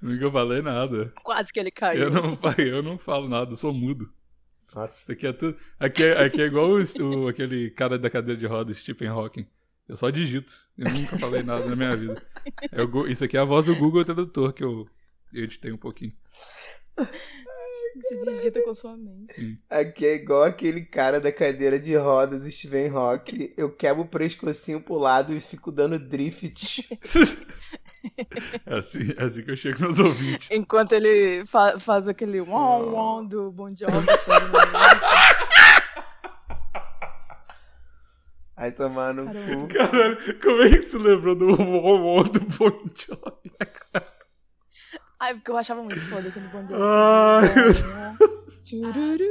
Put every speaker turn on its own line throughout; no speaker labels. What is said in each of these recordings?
Nunca falei nada.
Quase que ele caiu.
Eu não, fa- eu não falo nada, sou mudo.
Nossa.
Isso aqui é tudo. Aqui, é- aqui é igual o, o- aquele cara da cadeira de roda, Stephen Hawking. Eu só digito. Eu nunca falei nada na minha vida. É o Gu- isso aqui é a voz do Google Tradutor que eu, eu editei um pouquinho.
Se digita com sua mente.
Aqui é igual aquele cara da cadeira de rodas, o Steven Rock. Eu quebro o pescocinho pro lado e fico dando drift.
É assim, é assim que eu chego nos ouvintes.
Enquanto ele fa- faz aquele uau uau do Bon Jovi. sabe, né?
Aí tomar no
Caramba.
cu.
Caralho, como é que se lembrou do Wall do Bon Jovi?
Ai, porque eu achava muito foda aquele Bon Jovi. Né?
Ai,
Tchururu.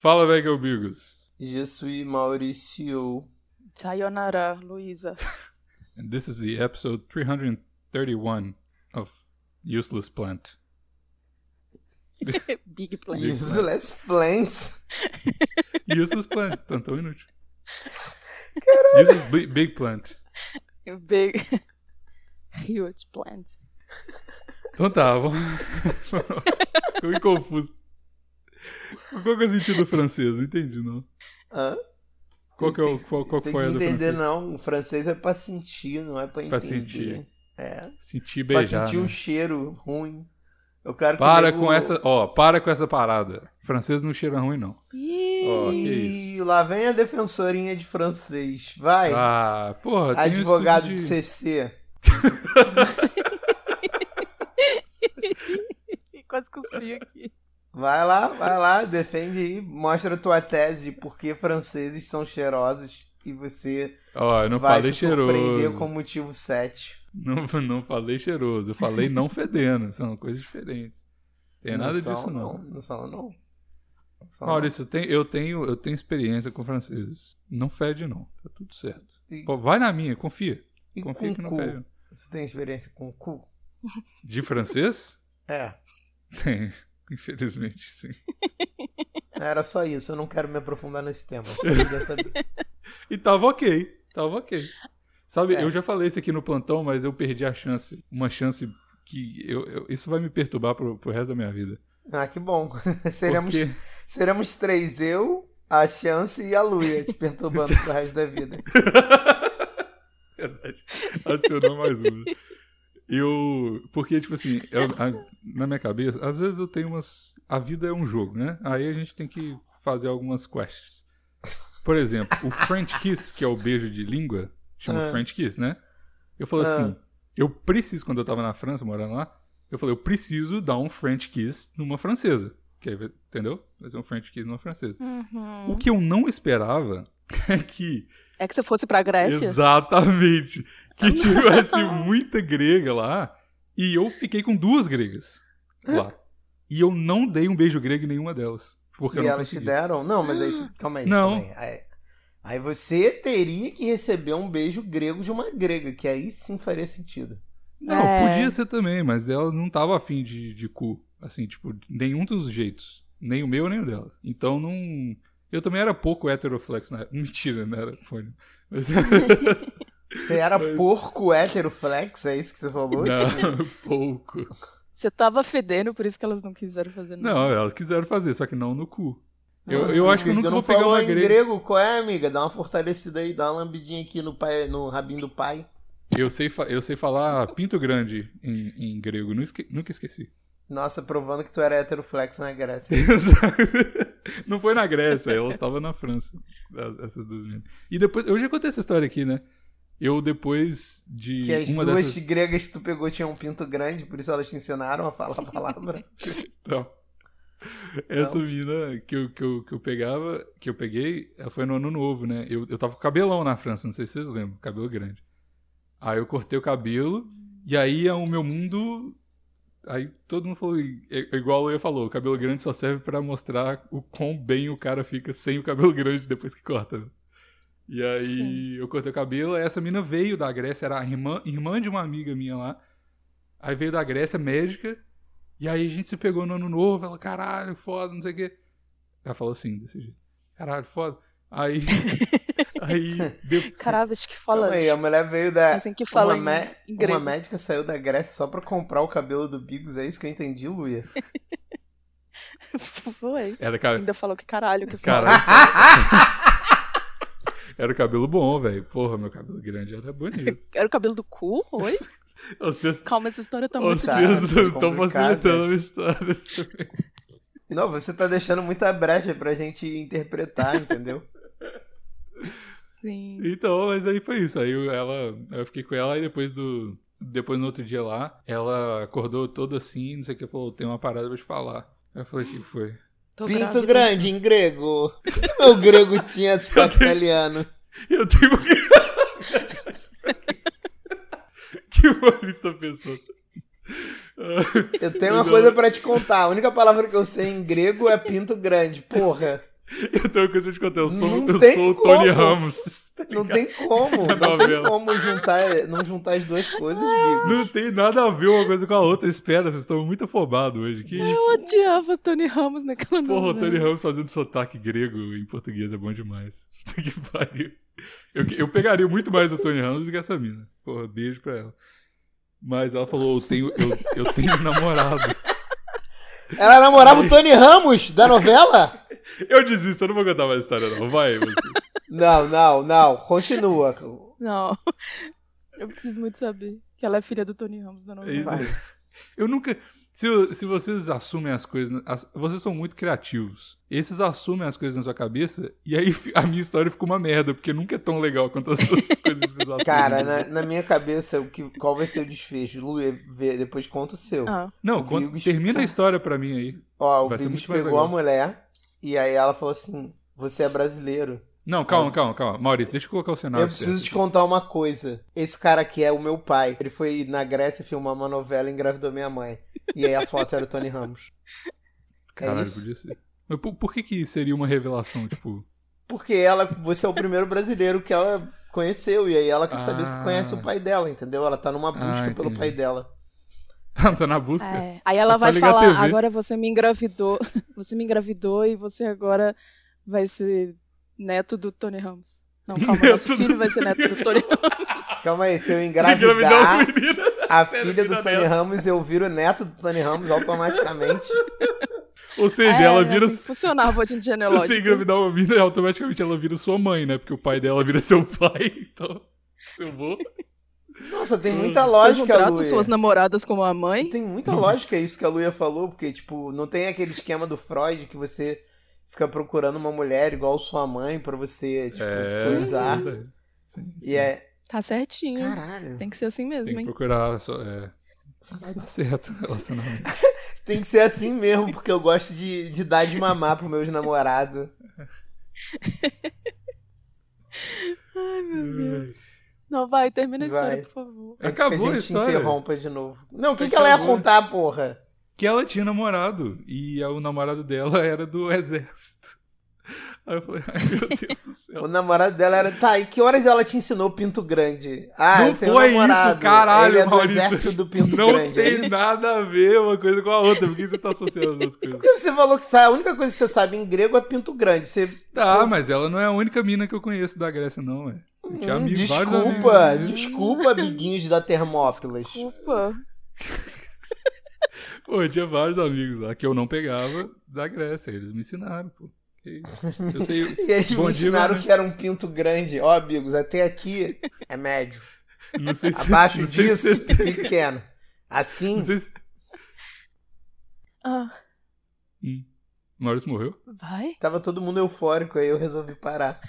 Fala, velho, Bigos.
Jesus Maurício.
Sayonara, Luísa.
And this is the episode 331 of Useless Plant.
Big
né?
Play.
Useless Plants.
Useless Plant, tão, tão inútil. Useless bi- Big Plant.
Big. Huge Plant.
Então tá, vamos. Ficou meio confuso. Qual que é o sentido do francês? Não entendi, não.
Hã?
Qual que é o-
Tem-
qual- qual que
tem
foi a
que
do
entender,
francês?
não. O francês é pra sentir, não é pra entender.
Pra sentir.
É.
Senti
Pra
beijar.
sentir
né?
um cheiro ruim. Eu quero que
Para
nego-
com essa. Ó, para com essa parada. Francês não cheira ruim, não. Ó, que isso.
Ih, lá vem a defensorinha de francês. Vai.
Ah, porra. tem um estudo
Advogado de
de-
CC.
Quase cuspi aqui.
Vai lá, vai lá, defende aí. Mostra a tua tese de por que franceses são cheirosos e você
Ó, eu não
vai
falei
se surpreender
cheiroso.
com o motivo 7.
Não, não falei cheiroso. Eu falei não fedendo. São coisas diferentes. Tem nada
são,
disso, não.
Não, não são, não. Não são, não.
Maurício, tem- eu, tenho, eu tenho experiência com franceses. Não fede, não. Tá tudo certo.
E-
Pô, Vai na minha, confia.
E
Confia
com
que não
cu?
fede.
Você tem experiência com cu?
De francês?
É.
Tem. Infelizmente, sim.
Era só isso. Eu não quero me aprofundar nesse tema. eu Só queria saber.
E tava ok. Tava ok. Sabe,
É.
eu já falei isso aqui no plantão, mas eu perdi a chance. Uma chance que. eu- eu- isso vai me perturbar pro, pro resto da minha vida.
Ah, que bom. Seremos,
Porque-
seremos três. Eu, a Chance e a Luia te perturbando pro resto da vida.
Verdade. Adicionou mais uma. Eu. Porque, tipo assim, eu- a- na minha cabeça, às vezes eu tenho umas. A vida é um jogo, né? Aí a gente tem que fazer algumas quests. Por exemplo, o French Kiss, que é o beijo de língua, chama
Ah.
French Kiss, né? Eu falo
Ah.
assim, eu preciso, quando eu tava na França, morando lá, eu falei, eu preciso dar um French Kiss numa francesa. Que aí vai- entendeu? Vai ser um French Kiss numa francesa.
Uhum.
O que eu não esperava é que
É que se eu fosse pra Grécia.
Exatamente. Que tivesse muita grega lá. E eu fiquei com duas gregas lá. E eu não dei um beijo grego em nenhuma delas. Porque eu
e
não
elas te
consegui.
deram? Não, mas aí, tu- calma aí.
Não.
calma aí. Aí- Aí você teria que receber um beijo grego de uma grega, que aí sim faria sentido.
Não,
É.
podia ser também, mas delas não tava afim de, de cu. Assim, tipo, de nenhum dos jeitos. Nem o meu, nem o dela. Então não. Eu também era pouco heteroflex na Mentira, não era fone. Mas...
Você era
Mas-
porco heteroflex, é isso que você falou?
não, pouco.
Você tava fedendo, por isso que elas não quiseram fazer nada.
Não, elas quiseram fazer, só que não no cu. Eu,
Mano,
eu
tu-
acho que eu
tu
nunca
ah, então
vou
não
pegar
falou
uma
em
grega.
grego, qual é, amiga? Dá uma fortalecida aí, dá uma lambidinha aqui no, pai, no rabinho do pai.
Eu sei, fa- eu sei falar pinto grande em, em grego, nu- esque- nunca esqueci.
Nossa, provando que tu era heteroflex na Grécia.
Não foi na Grécia, ela estava na França, as- essas duas meninas. E depois, eu já contei essa história aqui, né? Eu depois de
Que as
uma
duas
dessas...
gregas que tu pegou tinham um pinto grande, por isso elas te ensinaram a falar a palavra.
Não. Essa
Não?
mina que eu, que, eu, que eu pegava, que eu peguei, ela foi no ano novo, né? Eu, eu tava com cabelão na França, não sei se vocês lembram, cabelo grande. Aí eu cortei o cabelo, e aí é o meu mundo. Aí todo mundo falou, i- é igual a Luia falou, o cabelo grande só serve pra mostrar o quão bem o cara fica sem o cabelo grande depois que corta. E aí
Sim.
eu cortei o cabelo, aí essa mina veio da Grécia, era a irmã, irmã de uma amiga minha lá. Aí veio da Grécia, médica, e aí a gente se pegou no ano novo, ela, caralho, foda, não sei o quê. Ela falou assim, desse jeito. Caralho, foda. Aí. aí. de-
Caravas que fala.
Calma aí, a mulher veio da.
Assim que fala
uma,
em,
mé-
em
uma
grego.
médica saiu da Grécia só pra comprar o cabelo do Bigos, é isso que eu entendi, Luia?
Foi.
Era, ca-
Ainda falou que caralho que fala.
Caralho. Era o cabelo bom, velho. Porra, meu cabelo grande era bonito.
Era o cabelo do cu? Oi?
Vocês,
Calma, essa história tá muito
Tá,
vocês
tá
estão
complicado,
facilitando a minha história.
Não, você tá deixando muita brecha pra gente interpretar, entendeu?
Sim.
Então, mas aí foi isso. Aí eu- ela, eu fiquei com ela e depois do. Depois no outro dia lá, ela acordou toda assim, não sei o que, falou: tem uma parada pra te falar. Aí Eu falei: o que que foi?
Tô
Pinto
grávida.
grande em grego. Por que meu grego tinha sotaque italiano?
Eu tenho que. que bonita pessoa.
Eu tenho uma
Não.
coisa pra te contar. A única palavra que eu sei em grego é pinto grande. Porra,
Eu tenho uma coisa pra te contar. Eu sou,
Não
eu
tem
sou o Tony
como.
Ramos. tá
não
ligado?
tem como.
Na
Não tem
novela.
como juntar, não juntar as duas coisas, Bigos.
Não tem nada a ver uma coisa com a outra. Espera, vocês estão muito afobados hoje. Que isso?
Eu odiava Tony Ramos naquela
Porra, o
novela.
Tony Ramos fazendo sotaque grego em português é bom demais. Puta que pariu. Eu, eu pegaria muito mais o Tony Ramos do que essa mina. Porra, beijo pra ela. Mas ela falou: eu tenho, eu, eu tenho um namorado.
Ela namorava o Tony Ramos da novela?
Eu desisto, eu não vou contar mais história, não. Vai, você.
Não, não, não. Continua.
Não. Eu preciso muito saber que ela é filha do Tony Ramos da
É
novela.
Vai.
Eu nunca. Se, eu- se vocês assumem as coisas. as- vocês são muito criativos. Esses assumem as coisas na sua cabeça. E aí fi- a minha história fica uma merda, porque nunca é tão legal quanto as outras coisas que vocês assumem.
Cara, né? na, na minha cabeça, o que, qual vai ser o desfecho? Lu, vê- depois conta o seu.
Ah,
Não, quando-
Bigos-
termina a história pra mim aí.
Ó, o
vai ser
Bigos
muito mais
pegou a
legal.
mulher e aí ela falou assim: Você é brasileiro.
Não, calma, calma, calma. Maurício, deixa eu colocar o cenário.
eu preciso
certo.
te contar uma coisa. Esse cara aqui é o meu pai. Ele foi na Grécia filmar uma novela e engravidou minha mãe. E aí a foto era o Tony Ramos. é
Caralho,
isso?
podia ser. Mas por, por que que seria uma revelação, tipo...
Porque ela, você é o primeiro brasileiro que ela conheceu. E aí ela quer saber se tu
Ah.
conhece o pai dela, entendeu? Ela tá numa busca pelo
entendi.
pai dela.
Ah, tá na busca?
é. Aí ela
É só
vai
ligar a
falar,
TV.
agora você me engravidou. Você me engravidou e você agora vai ser neto do Tony Ramos. Não, calma,
Neto
nosso
do
filho vai ser
Tony
neto do Tony Ramos.
Calma aí, se eu
Se engravidar
engravidar
o menino.
a filha
vira
do Tony
neto.
Ramos, eu viro neto do Tony Ramos automaticamente.
Ou seja,
É,
ela
é
vira...
assim que funcionava hoje em dia, né,
se você
lógico.
engravidar uma menina, automaticamente ela vira sua mãe, né? Porque o pai dela vira seu pai, então... Seu avô.
Tipo, Nossa, tem muita
Vocês não
lógica,
tratam
Luia.
um suas namoradas como a mãe?
Tem muita lógica isso que a Luia falou, porque, tipo, não tem aquele esquema do Freud que você fica procurando uma mulher igual sua mãe pra você, tipo,
É...
coisar.
verdade. Sim, sim.
E é.
Tá certinho.
Caralho.
Tem que ser assim mesmo,
Tem que
hein?
procurar... Só, é... Tá certo relacionamento.
Tem que ser assim mesmo, porque eu gosto de, de dar de mamar pros meus namorados.
Ai, meu Deus. Não, vai, termina a história,
Vai.
por favor.
Antes que
Acabou
a
a
gente
história.
interrompa de novo. Não, o que, que ela ia
Acabou.
contar, porra?
que ela tinha namorado e o namorado dela era do exército. Aí eu falei, ai meu Deus do
O
céu.
namorado dela era. Tá, e que horas ela te ensinou Pinto Grande? Ah,
Não
eu tenho um
foi isso,
namorado.
caralho,
Ele é do
Maurício.
exército do Pinto
Não
Grande. é
tem
isso?
nada a ver uma coisa com a outra, por que você tá associando as duas coisas?
Porque você falou que sabe, a única coisa que você sabe em grego é Pinto Grande. Você.
Tá, mas ela não é a única mina que eu conheço da Grécia, não, é. Eu tinha
Hum,
amigos, vários
desculpa,
amigos.
desculpa, amiguinhos da Termópilas.
Desculpa.
Pô, eu tinha vários amigos lá que eu não pegava da Grécia, eles me ensinaram, pô. Que isso. Eu sei,
E eles
Bom
me
dia, né?
ensinaram
meu
que era um pinto grande. Ó, amigos, até aqui é médio.
não sei se...
Abaixo
não sei
disso,
se-
pequeno. Assim,
não sei se...
Ah,
Maurício morreu?
vai?
tava todo mundo eufórico, aí eu resolvi parar.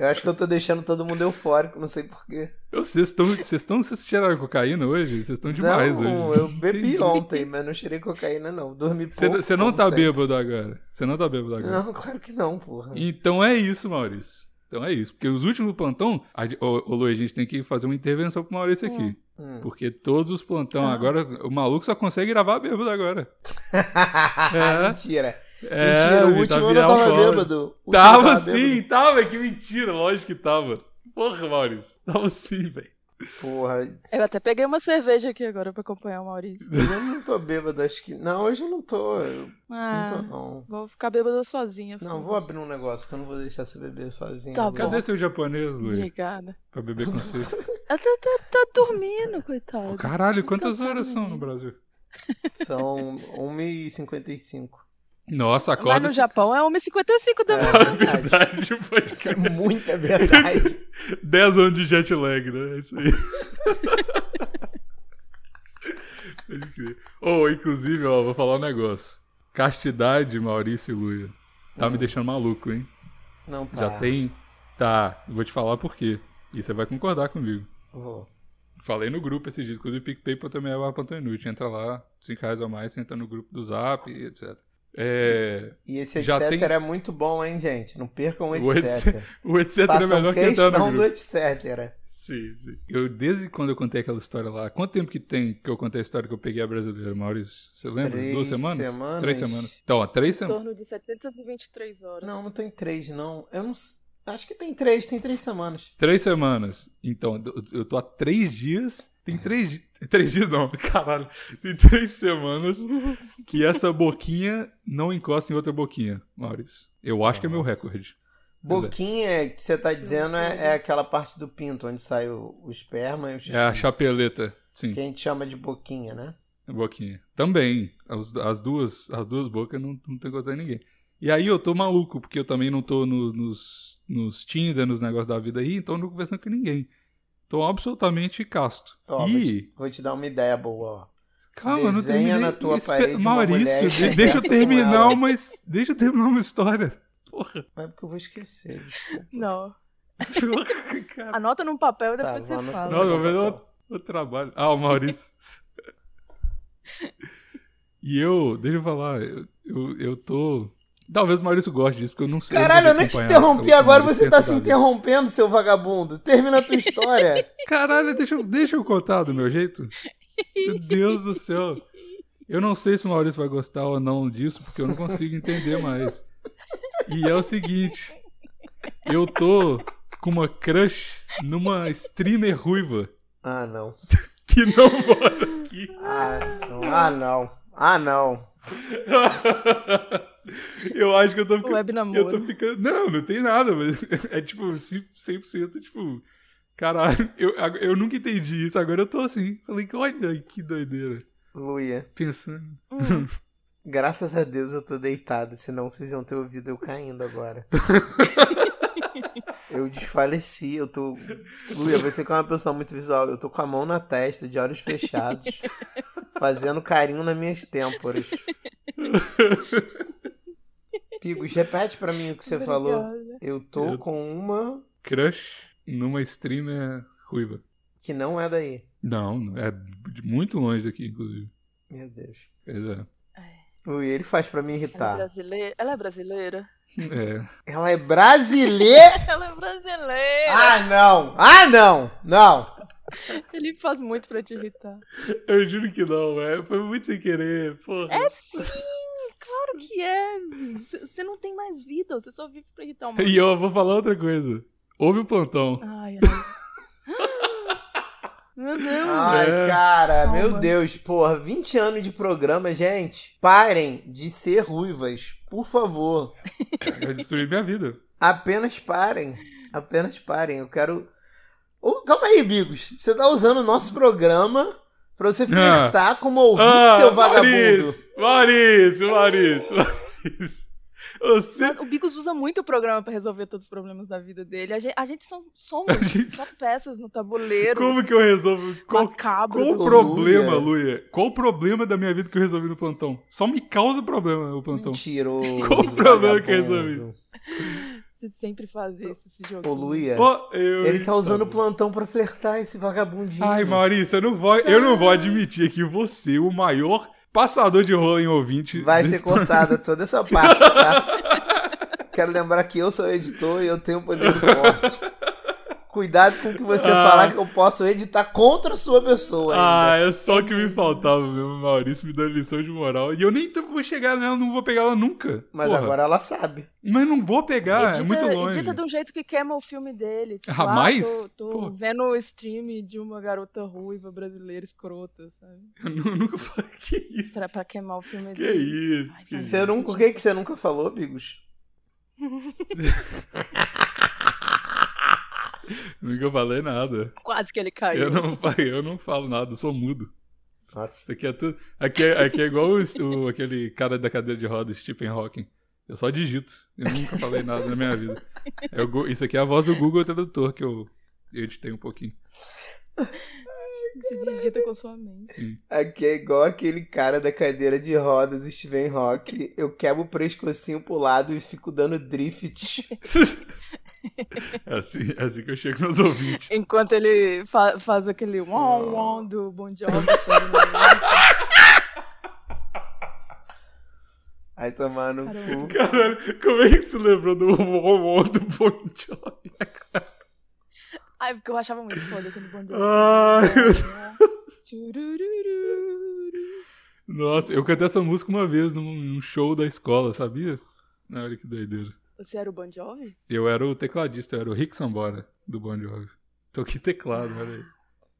eu acho que eu tô deixando todo mundo eufórico, não sei porquê.
Eu- Vocês estão vocês estão vocês tiraram cocaína hoje? Vocês estão demais
não,
hoje.
eu bebi
Entendi.
ontem, mas não cheirei cocaína, não. Dormi pouco.
Você não- Você não
como
tá
sempre.
bêbado agora. Você não tá bêbado agora.
Não, claro que não, porra.
Então é isso, Maurício. Então é isso. Porque os últimos do plantão. A, gen- ô, ô, Luiz, a gente tem que fazer uma intervenção pro Maurício aqui.
Hum.
Porque todos os plantão
Ah.
agora. O maluco só consegue gravar bêbado agora. É.
Mentira.
É,
Mentira, o
ele tá
último eu não
virar
tava
alcoólatra.
bêbado. O último eu
Tava
bêbado.
sim, tava. Que mentira, lógico que tava. Porra, Maurício. Tava sim, velho.
Porra,
Eu até peguei uma cerveja aqui agora pra acompanhar o Maurício.
eu não tô bêbado, acho que. Não, hoje eu não tô. Eu não tô,
Ah,
não.
vou ficar bêbada sozinha.
Então, Não, vou
foda-se.
abrir um negócio que eu não vou deixar você beber sozinho.
Tá
agora.
bom.
Cadê seu japonês, Luiz?
Obrigada.
Pra beber com você.
Ela tá, tá- tá dormindo, coitado.
Caralho,
Tá
quantas
cansado
horas são no
mesmo.
Brasil?
São 1h55.
Nossa,
Mas
acorda. assim.
no Japão é 1h55 da
É,
manhã.
Verdade, pode
Isso
ser.
é muita verdade.
10 anos de jet lag, né? É isso aí. Pode crer. Ou, inclusive, ó, vou falar um negócio. Castidade, Maurício e Luia. Tá me deixando maluco, hein?
Não, Hum. tá.
Já tem. Tá, vou te falar por quê. E você vai concordar comigo.
Vou.
Falei no grupo esses dias, inclusive PicPay pra também é o Pantão Inútil. Entra lá, 5 reais ou mais, você entra no grupo do Zap e etc. É,
E esse
Já
etc
tem-
é muito bom, hein, gente? Não percam o
O
etc.
o etc é
Façam
melhor que entrar no
questão
grupo.
do etc.
Sim, sim. Eu, desde quando eu contei aquela história lá, quanto tempo que tem que eu contei a história que eu peguei a brasileira, Maurício? Você lembra?
Três
Duas semanas?
semanas.
Três semanas. Então, ó, três
Em
semanas.
torno de 723 horas.
Não, não tem três, não. Eu não. s- Acho que tem três, tem três semanas.
Três semanas. Então, eu- eu tô há três dias. Tem três dias. Três dias não, caralho. Tem três semanas que essa boquinha não encosta em outra boquinha, Maurício. Eu acho que é meu
Nossa.
recorde.
Boquinha que você tá dizendo é, é aquela parte do pinto onde sai o, o esperma e o xixi.
É a chapeleta. Sim,
Que a gente chama de boquinha, né?
boquinha. Também. As, as duas, as duas bocas não, não tem gostado de ninguém. E aí eu tô maluco, porque eu também não tô no- nos, nos Tinder, nos negócios da vida aí, então eu não tô conversando com ninguém. Tô absolutamente casto.
Ó, vou,
e...
te, vou te dar uma ideia boa, ó.
Calma, não
Desenha
terminei.
na tua
Espe-
parede uma
Maurício,
mulher e
de-
conversa
deixa eu
com
terminar
ela.
uma. his- Deixa eu terminar uma história. Porra.
Mas é porque eu vou esquecer, desculpa.
Não.
Cara,
Anota num papel e
Tá,
depois
vou
você
anotar.
fala.
Não, mas eu- o trabalho. Ah, o Maurício. e eu, deixa eu falar, eu, eu, eu tô. Talvez o Maurício goste disso, porque eu não sei.
Caralho, eu
não
nem te
acompanho
interrompi
o- o
agora,
Maurício
você tá
dentro
se
da vida.
interrompendo, seu vagabundo. Termina a tua história.
Caralho, deixa eu, deixa eu contar do meu jeito. Meu Deus do céu. Eu não sei se o Maurício vai gostar ou não disso, porque eu não consigo entender mais. E é o seguinte: eu tô com uma crush numa streamer ruiva
Ah, não.
que não mora aqui.
Ah, não. Ah, não. Ah, não.
Eu acho que eu tô ficando.
Web
Eu
namoro.
tô ficando. Não, não tem nada, mas é tipo 100%, 100% tipo. Caralho, eu, eu nunca entendi isso, agora eu tô assim. Falei, olha que doideira.
Luia,
Pensando.
Hum,
graças a Deus eu tô deitado, senão vocês iam ter ouvido eu caindo agora. eu desfaleci, eu tô. Luia, você que é uma pessoa muito visual, eu tô com a mão na testa, de olhos fechados, fazendo carinho nas minhas têmporas. Pigos, repete pra mim o que você falou.
obrigada.
Eu tô
Eu-
com uma
Crush numa streamer ruiva.
que não é daí.
Não, é de muito longe daqui, inclusive.
Meu Deus.
Pois é.
Ui, ele faz pra me
Ela é
irritar.
brasileira? Ela é brasileira?
É.
Ela é brasileira?
Ela é brasileira!
Ah, não! Ah, não! Não!
Ele faz muito pra te irritar.
Eu juro que não, é. Foi muito sem querer, porra.
É Claro que é! Você não tem mais vida, você só vive pra irritar o mundo.
E eu vou falar outra coisa. Houve o plantão.
Ai, ai. Meu Deus!
Ai,
É.
cara,
Calma.
meu Deus, porra, 20 anos de programa, gente. Parem de ser ruivas, por favor.
É, Eu destruí minha vida.
Apenas parem. Apenas parem. Eu quero. Ô, calma aí, Bigos. Você tá usando o nosso programa pra
Ah.
você flertar como ouvinte, seu vagabundo.
Maurício, Ah, Maurício, Maurício, Maurício. Você.
Mas O Bigos usa muito o programa pra resolver todos os problemas da vida dele. A gente, a gente são, somos
gente-
só peças no tabuleiro.
Como que eu resolvo? Qual,
macabro.
qual o
Ô,
problema,
Luia.
Luia? Qual o problema da minha vida que eu resolvi no plantão? Só me causa problema o plantão.
Mentiroso.
Qual o problema que é eu
vagabundo.
resolvi?
Você sempre faz isso, esse jogo.
Ô, Luia.
Ó, eu-
Ele tá usando o plantão pra flertar esse vagabundinho.
Ai, Maurício, eu não vou, eu não vou admitir que você, o maior passador de rola em ouvinte.
Vai
desse
ser cortada toda essa parte, tá? Quero lembrar que eu sou editor e eu tenho o poder do corte. Cuidado com o que você falar, que eu posso editar contra a sua pessoa
Ah,
ainda.
é só o que me faltava, meu Maurício me dando lição de moral. E eu nem vou chegar nela, não vou pegar ela nunca.
Mas
Porra.
agora ela sabe.
Mas não vou pegar,
edita,
é muito longe.
edita de um jeito que queima o filme dele. Tipo,
Ah, mais?
tô- tô
Pô.
vendo o stream de uma garota ruiva brasileira escrota, sabe?
Eu nu- nunca falei que isso.
Pra, pra queimar o filme
Que
dele.
isso,
Ai,
que
vai.
isso.
Você nunca, o que, que você nunca falou, Bigos?
Nunca falei nada.
Quase que ele caiu.
Eu não, fa- eu não falo nada, eu sou mudo.
Nossa.
Isso aqui é tudo. Aqui é, aqui é igual o, o- aquele cara da cadeira de roda, Stephen Hawking. Eu só digito. Eu nunca falei nada na minha vida. É o Gu- isso aqui é a voz do Google Tradutor que eu editei um pouquinho.
Se digita com sua mente.
Aqui é igual aquele cara da cadeira de rodas, o Steven Rock. Eu quebro o pescocinho pro lado e fico dando drift.
É assim, é assim que eu chego nos ouvintes.
Enquanto ele fa- faz aquele uau uau do Bon Jovi. sabe, né?
Aí tomar no
Caramba.
cu.
Caralho, como é que você lembrou do Womon do Bon Jovi?
Ai, porque eu achava muito foda aquele Bon Jovi. assim, né?
Ai, meu
Tchurururu.
Nossa, eu cantei essa música uma vez num, num show da escola, sabia? Ah, Olha que doideira.
Você era o Bon Jovi?
Eu era o tecladista, eu era o Rick Sambora do Bon Jovi. Toquei teclado, olha aí.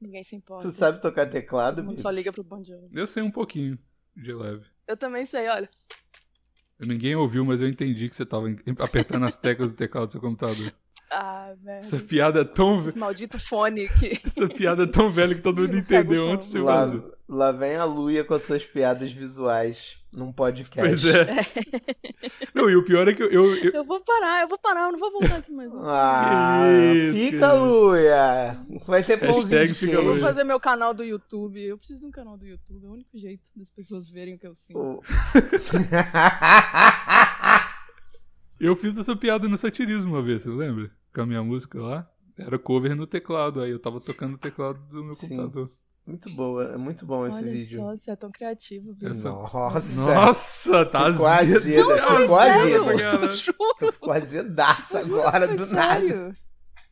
Ninguém se importa.
Tu sabe tocar
Todo
teclado,
mundo
Bigos?
só liga pro Bon Jovi.
Eu sei um pouquinho de leve.
Eu também sei, olha.
Ninguém ouviu, mas eu entendi que você tava em- apertando as teclas do teclado do seu computador.
Ah, merda.
Essa piada é tão, ve-
Esse maldito fone que.
essa piada é tão velha que todo mundo
Não pega o
entendeu
som.
antes de você
Lá,
fazer.
lá vem a Luia com as suas piadas visuais num podcast.
Pois é. Não, e o pior é que eu- eu, eu,
Eu vou parar, eu vou parar, eu não vou voltar aqui mais. Vou
Ah,
Que isso,
fica,
que isso.
Luia! Vai ter pãozinho
Hashtag
de
fica
queijo.
Luia.
fazer meu canal do YouTube. Eu preciso de um canal do YouTube. É o único jeito das pessoas verem o que eu sinto.
O-
Eu fiz essa piada no satirismo uma vez, você lembra? Com a minha música lá. Era cover no teclado, aí eu tava tocando o teclado do meu
Sim.
computador.
muito boa, é muito bom esse
Olha
vídeo.
só, você é tão criativo, viu?
Essa-
Nossa!
Nossa, tá
Ficou azeda,
Tá
ficou
azeda,
é sério?
azeda.
cara.
Juro,
Tu ficou azedaça né? agora,
foi
do nada.
sério.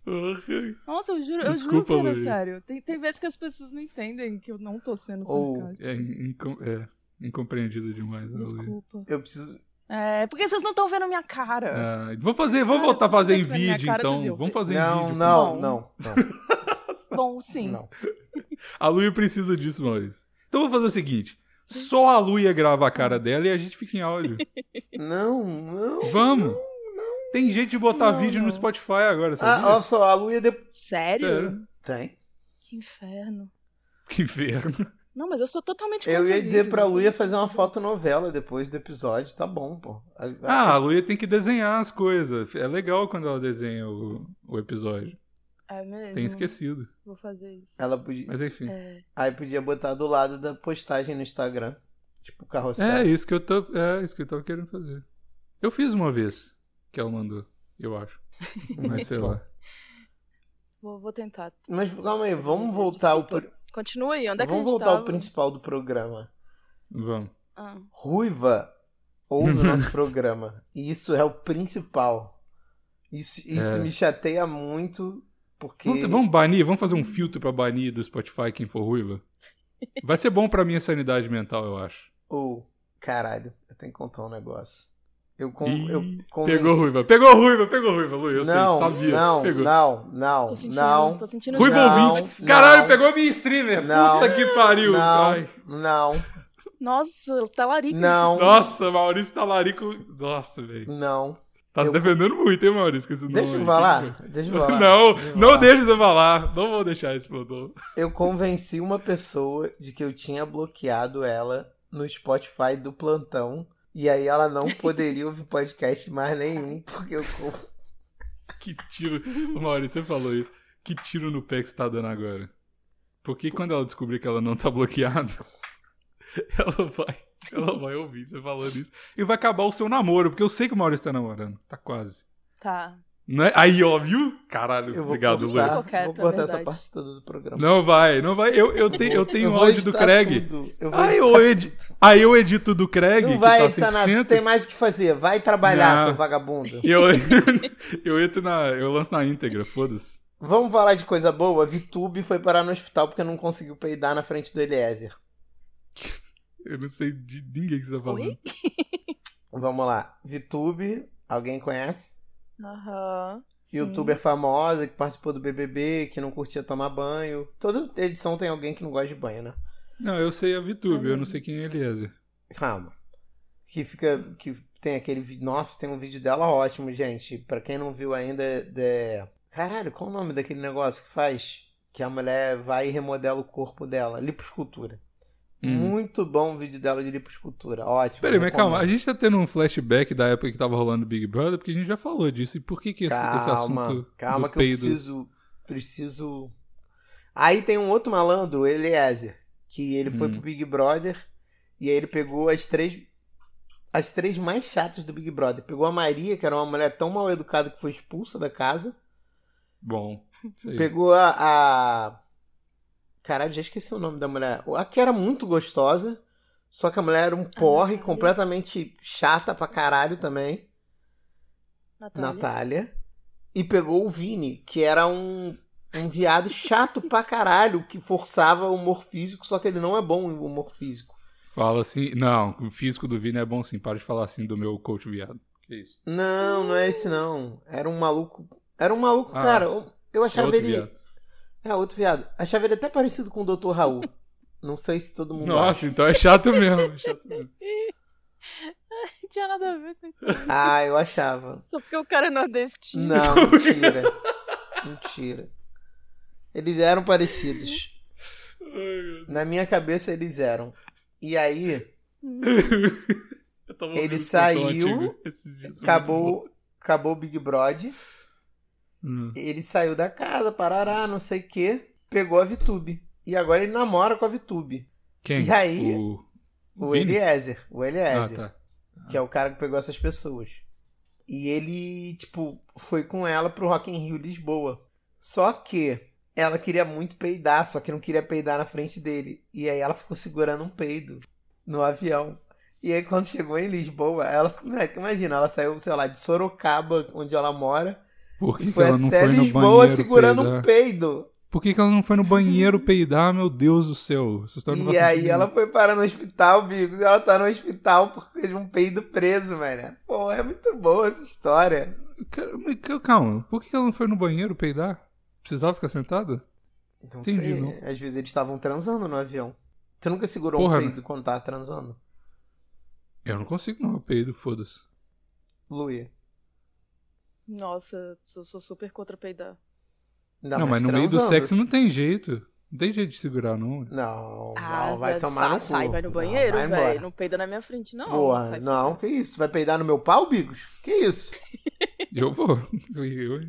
Porra.
Nossa, eu juro, eu juro
Desculpa,
que era
Luiz.
sério. Tem, tem vezes que as pessoas não entendem que eu não tô sendo
Ou-
sarcástica.
É, incom é, incompreendido demais. né, Luiz?
Desculpa.
Eu preciso.
É, porque vocês não estão vendo a minha cara.
Ah, vamos fazer, vamos voltar a
Cara,
fazer em
tá minha
vídeo,
cara, tá
então.
dizendo.
Vamos fazer em
Não,
vídeo.
não,
Não.
não, não,
É.
Bom, sim.
não.
A Luia precisa disso, Maurício. Então vamos fazer o seguinte: só a Luia grava a cara dela e a gente fica em áudio.
Não, não.
Vamos! Tem gente de botar
Não,
vídeo
não.
no Spotify agora,
Ah,
sabia?
olha só, a Luia depois.
Sério?
Sério.
Tem.
Que inferno.
Que inferno.
Não, mas eu sou totalmente
Eu
contra
ia dizer
vídeo.
pra Luia fazer uma foto novela depois do episódio, tá bom, pô.
Ah, a Luia tem que desenhar as coisas. É legal quando ela desenha o, o episódio.
É mesmo?
Tem esquecido.
Vou fazer isso.
Ela podia.
Mas enfim.
É,
Aí podia botar do lado da postagem no Instagram. Tipo
É
carrossel.
isso que eu tô. É isso que eu tava querendo fazer. Eu fiz uma vez que ela mandou, eu acho. Mas sei lá.
vou, vou tentar.
Mas calma aí, vamos voltar ao,
Desculpa.
pri-
Continua aí, onde é que
vamos
a gente
voltar ao
tava?
principal do programa.
Vamos.
Ah,
Ruiva ouve o nosso programa. E isso é o principal. Isso, isso
É.
me chateia muito, porque.
Vamos, vamos banir, vamos fazer um filtro pra banir do Spotify quem for ruiva. Vai ser bom pra minha sanidade mental, eu acho.
Ou, caralho, eu tenho que contar um negócio. Eu, con...
Ih,
eu convenci-
Pegou ruiva, pegou ruiva, pegou ruiva, Luia. Eu sei,
Não,
sabia.
não,
pegou.
não, não,
tô sentindo,
não,
tô sentindo
Ruiva
Não,
ouvinte. Caralho,
não.
pegou minha streamer.
Não.
Puta que pariu. Ai.
não, não,
Nossa, talarico.
não,
Nossa, Maurício Talarico. Nossa, velho.
não.
Tá
Eu-
se defendendo muito, hein, Maurício, com esse nome.
Deixa eu
aí.
falar, deixa eu falar.
Não,
deixa eu
não
falar.
deixa você falar. Não vou deixar isso pro Dom.
Eu convenci uma pessoa de que eu tinha bloqueado ela no Spotify do plantão. E aí ela não poderia ouvir podcast mais nenhum, porque eu. co-
Que tiro. Ô, Maurício, você falou isso. Que tiro no pé que você tá dando agora. Porque quando ela descobrir que ela não tá bloqueada, ela vai, ela vai ouvir você falando isso. E vai acabar o seu namoro, porque eu sei que o Maurício tá namorando. Tá quase.
Tá.
Não é? Aí, ó, viu? Caralho,
Eu vou
obrigado, Lu.
cortar,
Vou cortar,
vou cortar essa
é verdade.
parte toda do programa.
Não vai, não vai. Eu, eu tenho, eu tenho
Eu
o
vou
áudio do
editar
Craig.
tudo, Eu vou
Aí
editar
eu, edi... Aí eu edito do Craig,
Não
que
vai
tá
editar
100%,
nada, você tem mais o que fazer. Vai trabalhar,
Não.
seu vagabundo.
e eu, eu, entro na, eu lanço na íntegra, foda-se.
Vamos falar de coisa boa? Vitube foi parar no hospital porque não conseguiu peidar na frente do Eliezer.
Eu não sei de ninguém que você tá falando.
Oi?
Vamos lá. Vitube, alguém conhece?
Aham. sim.
Youtuber famosa que participou do BBB, que não curtia tomar banho. Toda edição tem alguém que não gosta de banho, né?
Não, eu sei a VTube, eu não sei quem é a Eliezer.
Calma. Que fica. Que tem aquele. vi- Nossa, tem um vídeo dela ótimo, gente. Pra quem não viu ainda, é. é- Caralho, qual o nome daquele negócio que faz? Que a mulher vai e remodela o corpo dela. Liposcultura.
Hum.
Muito bom o vídeo dela de liposcultura. Ótimo.
Peraí, mas calma, a
recomendo.
gente tá tendo um flashback da época que tava rolando Big Brother, porque a gente já falou disso. E por que que esse, esse
Calma,
assunto
calma
do
que eu
peido...
preciso. Preciso. Aí tem um outro malandro, o Eliezer, que ele foi
Hum.
pro Big Brother e aí ele pegou as três. As três mais chatas do Big Brother. Pegou a Maria, que era uma mulher tão mal educada que foi expulsa da casa.
Bom, isso aí.
Pegou a. a... Caralho, já esqueci o nome da mulher. A que era muito gostosa. Só que a mulher era um porre,
Natália.
completamente chata pra caralho também.
Tá
Natália.
Natália. E pegou o Vini, que era um, um viado chato pra caralho, que forçava o humor físico, só que ele não é bom em humor físico.
Fala assim... Não, o físico do Vini é bom sim, para de falar assim do meu coach viado. Que isso?
Não, não é esse não. Era um maluco. Era um maluco,
Ah,
cara. Eu, eu
É
achava
outro
ele.
viado.
É, outro viado. Achava ele até parecido com o Dr. Raul. não sei se todo mundo. acha.
Nossa, então é chato mesmo. é chato mesmo.
Não tinha nada a ver com isso.
Ah, eu achava.
Só porque o cara é nordestino.
Não, mentira. mentira. Eles eram parecidos. Na minha cabeça, eles eram. E aí.
Eu tava
Ele
ouvindo um
saiu,
cartão antigo esses dias, muito bom.
acabou, acabou o Big Brother.
Hum.
Ele saiu da casa, parará, não sei o quê. Pegou a Vitube. E agora ele namora com a Vitube.
Quem?
E aí?
O,
O
Vini?
Eliezer. O
Ah,
Eliezer.
tá.
Que é o cara que pegou essas pessoas. E ele, tipo, foi com ela pro Rock in Rio Lisboa. Só que ela queria muito peidar, só que não queria peidar na frente dele. E aí ela ficou segurando um peido no avião. E aí quando chegou em Lisboa, ela, moleque, imagina, ela saiu, sei lá, de Sorocaba, onde ela mora,
Por que, que
Foi
ela não
até
foi no
Lisboa
banheiro
segurando
peidar?
um peido.
Por que, que ela não foi no banheiro peidar, meu Deus do céu? Vocês estão
E aí ela foi parar no hospital, Bigos. Ela tá no hospital por causa de um peido preso, mano. Pô, é muito boa essa história.
Calma, por que que ela não foi no banheiro peidar? Precisava ficar sentada?
Não
Entendi,
sei.
não.
Às vezes eles estavam transando no avião. Tu nunca segurou
Porra,
um peido quando tava transando?
Eu não consigo não, eu peido, foda-se.
Luia.
Nossa, sou, sou super contra peidar.
Ainda
Não,
mais
mas no meio do
Tá, transando.
sexo não tem jeito. Não tem jeito de segurar, não.
Não,
Ah,
não, vai
sa-
tomar no cu.
Sai, vai no
Não,
banheiro,
vai embora.
velho. Não peida na minha frente, não.
Porra,
Sai
não,
fora.
que isso? Tu vai peidar no meu pau, Bigos? Que isso?
Eu vou. Eu, eu-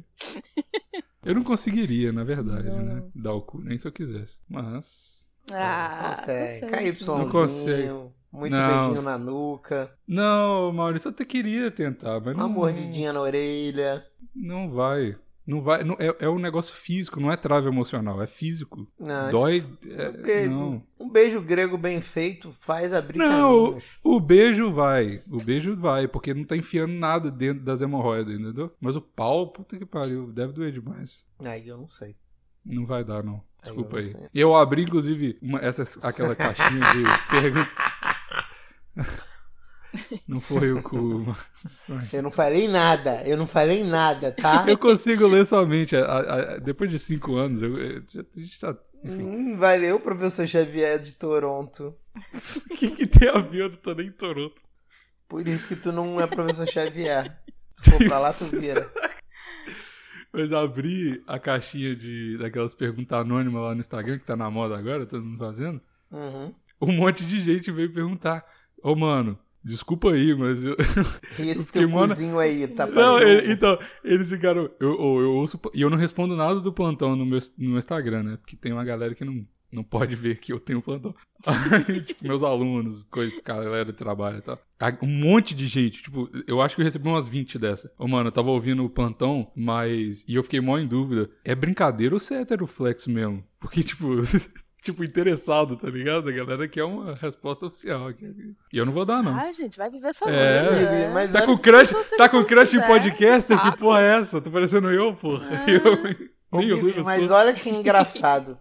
eu não conseguiria, na verdade,
Não,
né? Dar o cu, nem se eu quisesse. Mas.
tá
Ah,
consegue.
consegue.
Não
KYzinho,
consegue.
muito
Não.
beijinho na nuca.
Não, Maurício, eu até queria tentar, mas não.
Uma mordidinha na orelha.
Não vai. Não vai. não- é, é um negócio físico, não é trave emocional, é físico.
Não,
Dói.
Ah, esse-
é-
um beijo,
não.
Um beijo grego bem feito faz abrir
Não,
caminhos.
o beijo vai. O beijo vai, porque não tá enfiando nada dentro das hemorroidas, entendeu? Mas o pau, puta que pariu, deve doer demais.
Aí eu não sei.
Não vai dar, não.
Aí eu
Desculpa
não
aí.
sei.
E eu abri, inclusive, uma, essa, aquela caixinha de pergunta. Não foi o cu.
Eu não falei nada. Eu não falei nada, tá?
Eu consigo ler somente. a- a- a- depois de cinco anos, eu, eu, já- a gente tá. Enfim.
Hum, valeu, professor Xavier de Toronto.
O que, que tem a ver? Eu não tô nem em Toronto.
Por isso que tu não é professor Xavier. Se for pra lá, tu vira.
Mas abri a caixinha de daquelas perguntas anônimas lá no Instagram, que tá na moda agora, todo mundo fazendo.
Uhum.
Um monte de gente veio perguntar: Ô, mano, desculpa aí, mas eu,
E esse
Porque,
teu
mano-
cozinho aí, tá pra
Não,
jogo?
ele- então, eles ficaram. Eu, eu, eu ouço. E eu não respondo nada do plantão no meu, no meu Instagram, né? Porque tem uma galera que não, não pode ver que eu tenho um plantão. Aí, tipo, meus alunos, coisa, galera de trabalho e tal. Aí, Um monte de gente, tipo, eu acho que eu recebi umas 20 dessa. Ô, mano, eu tava ouvindo o plantão, mas. E eu fiquei mó em dúvida. É brincadeira ou você é heteroflex mesmo? Porque, tipo. Tipo, interessado, tá ligado? A galera quer uma resposta oficial. aqui. E eu não vou dar, não.
Ah, gente, vai viver sua
É.
vida. né?
Amigo, mas
Tá
olha
com
que-
crush,
se você
tá com
não
crush em
quiser,
podcaster? Que
Ah.
saco.
porra é essa? Tô parecendo eu, porra. Eu, nem
um Comigo,
ruim eu
mas
sou.
olha que engraçado.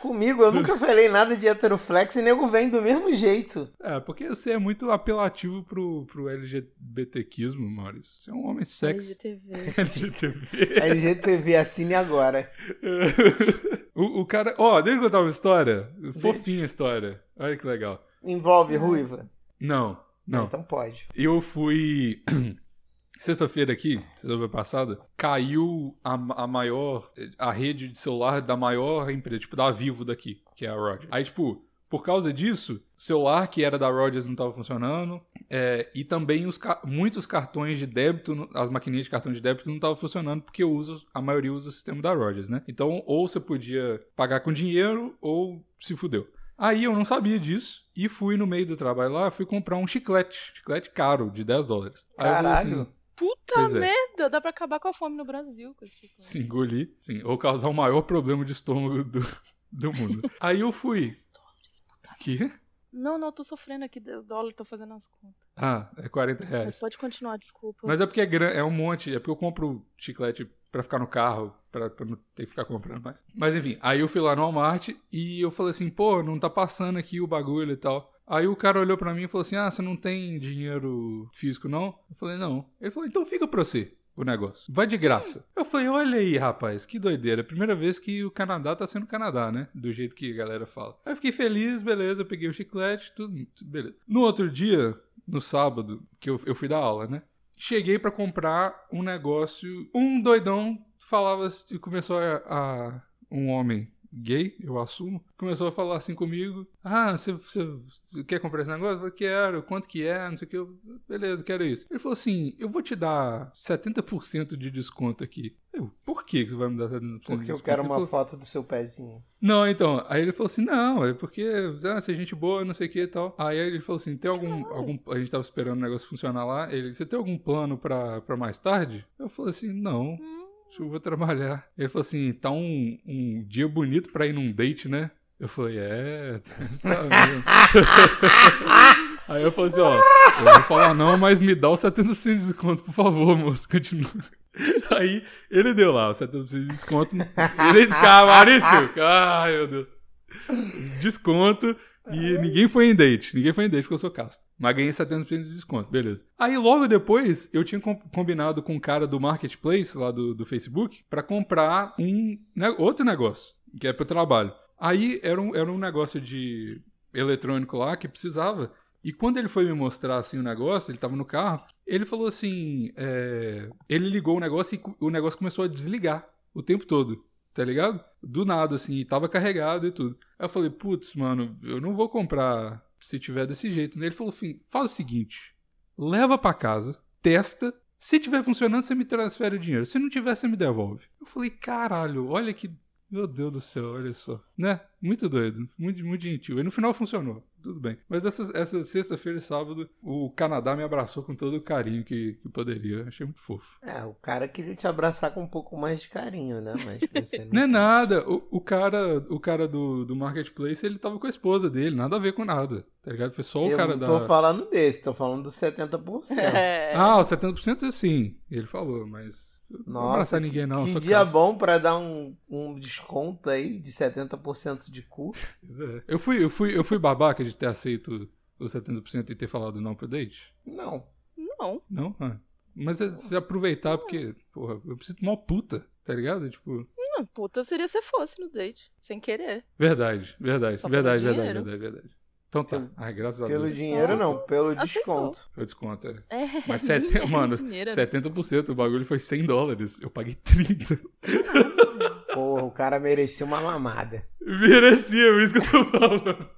Comigo, eu nunca falei nada de heteroflex e nego vem do mesmo jeito.
É, porque você é muito apelativo pro, pro LGBTQismo, Maurício. Você é um homem sexy. é.
LGTV.
LGTB.
LGTV, assine agora.
o, o cara. Ó, deixa eu contar uma história. Fofinha a história. Olha que legal.
Envolve ruiva?
Não, não.
Então pode.
Eu fui. Sexta-feira aqui, sexta-feira passada, caiu a, a maior. a rede de celular da maior empresa, tipo, da Vivo daqui, que é a Rogers. Aí, tipo, por causa disso, o celular que era da Rogers não tava funcionando, é, e também os ca- muitos cartões de débito, no- as maquininhas de cartão de débito não estavam funcionando porque eu uso, a maioria usa o sistema da Rogers, né? Então, ou você podia pagar com dinheiro ou se fudeu. Aí eu não sabia disso e fui no meio do trabalho lá, fui comprar um chiclete, chiclete caro, de 10 dólares. Aí eu falei
Caralho.
assim,
Puta
Pois é.
merda, dá pra acabar com a fome no Brasil com esse tipo de
se engoli, sim, ou causar o maior problema de estômago do, do mundo. Aí eu fui.
dólares, puta.
Que?
Não, não, tô sofrendo aqui 10 dólares, tô fazendo as contas.
Ah, é 40
Mas
reais.
pode continuar, desculpa.
Mas é porque é, gran- é um monte, é porque eu compro chiclete pra ficar no carro, pra, pra não ter que ficar comprando mais. Mas enfim, aí eu fui lá no Walmart e eu falei assim, pô, não tá passando aqui o bagulho e tal. Aí o cara olhou pra mim e falou assim, ah, você não tem dinheiro físico não? Eu falei, não. Ele falou, então fica pra você o negócio. Vai de graça. Eu falei, olha aí, rapaz, que doideira. é Primeira vez que o Canadá tá sendo Canadá, né? Do jeito que a galera fala. Aí eu fiquei feliz, beleza, peguei o chiclete, tudo, tudo beleza. No outro dia, no sábado, que eu, eu fui dar aula, né? Cheguei pra comprar um negócio. Um doidão falava e começou a, a- um homem gay, eu assumo, começou a falar assim comigo: "Ah, você, você- você quer comprar esse negócio? Eu falei, quero. Quanto que é? Não sei o que. Eu, Beleza, quero isso. Ele falou assim: "Eu vou te dar 70% de desconto aqui". Eu: "Por que que você vai me dar 70% de
Porque eu
desconto?"
quero
Ele
uma
falou,
foto do seu pezinho.
não, então, aí ele falou assim, não, é porque ah, você é gente boa, não sei o que e tal. Aí ele falou assim, tem algum, algum... A gente tava esperando o negócio funcionar lá. Ele, você tem algum plano pra, pra mais tarde? Eu falei assim, não, acho que eu vou trabalhar. Ele falou assim, tá um, um dia bonito pra ir num date, né? Eu falei, é, tá mesmo. Aí eu falei assim, ó, eu não vou falar não, mas me dá o 70% de desconto, por favor, moço, continua. Aí ele deu lá o 70% de desconto. Ele, cara, Maurício, ai meu Deus. Desconto e ninguém foi em date, ninguém foi em date porque eu sou casto. Mas ganhei 70% de desconto, beleza. Aí logo depois eu tinha com- combinado com um cara do marketplace lá do, do Facebook pra comprar um ne- outro negócio, que é pro trabalho. Aí era um, era um negócio de eletrônico lá que precisava. E quando ele foi me mostrar assim o negócio, ele tava no carro, ele falou assim: é, ele ligou o negócio e co- o negócio começou a desligar o tempo todo, tá ligado? Do nada, assim, e tava carregado e tudo. Aí eu falei, putz, mano, eu não vou comprar se tiver desse jeito. né? Ele falou assim: faz o seguinte, leva pra casa, testa. Se tiver funcionando, você me transfere o dinheiro. Se não tiver, você me devolve. Eu falei, caralho, olha que. Meu Deus do céu, olha só. Né? Muito doido, muito, muito gentil. E no final funcionou, tudo bem. Mas essa, essa sexta-feira e sábado, o Canadá me abraçou com todo o carinho que, que poderia. Achei muito fofo.
É, o cara queria te abraçar com um pouco mais de carinho, né? Mas você não.
Não é
quis.
nada. O, o cara, o cara do, do marketplace, ele tava com a esposa dele, nada a ver com nada. Tá ligado? Foi só o
Eu
cara
não
da.
tô falando desse, tô falando dos 70%.
É.
Ah, o 70% sim, ele falou, mas. não vou
Nossa,
abraçar ninguém, não.
que
sou
dia
casto.
bom pra dar um, um desconto aí de 70% de cu.
Pois é. Eu fui, eu fui, eu fui babaca de ter aceito os 70% e ter falado não pro date?
Não.
Não.
Não? Ah. Mas é se aproveitar, porque, porra, eu preciso tomar uma puta, tá ligado? Tipo.
Não, puta seria se fosse no date. Sem querer.
Verdade, verdade,
Só pelo
verdade, verdade,
dinheiro?
verdade, verdade. Então tá.
Pelo-
Ah, graças a Deus.
Pelo dinheiro, não, pelo
Aceitou.
desconto.
Eu desconto, é.
É.
Mas sete- mano,
dinheiro, é
70%, o bagulho foi 100 dólares. Eu paguei 30.
Porra, o cara merecia uma mamada.
Merecia, por isso que eu tô falando.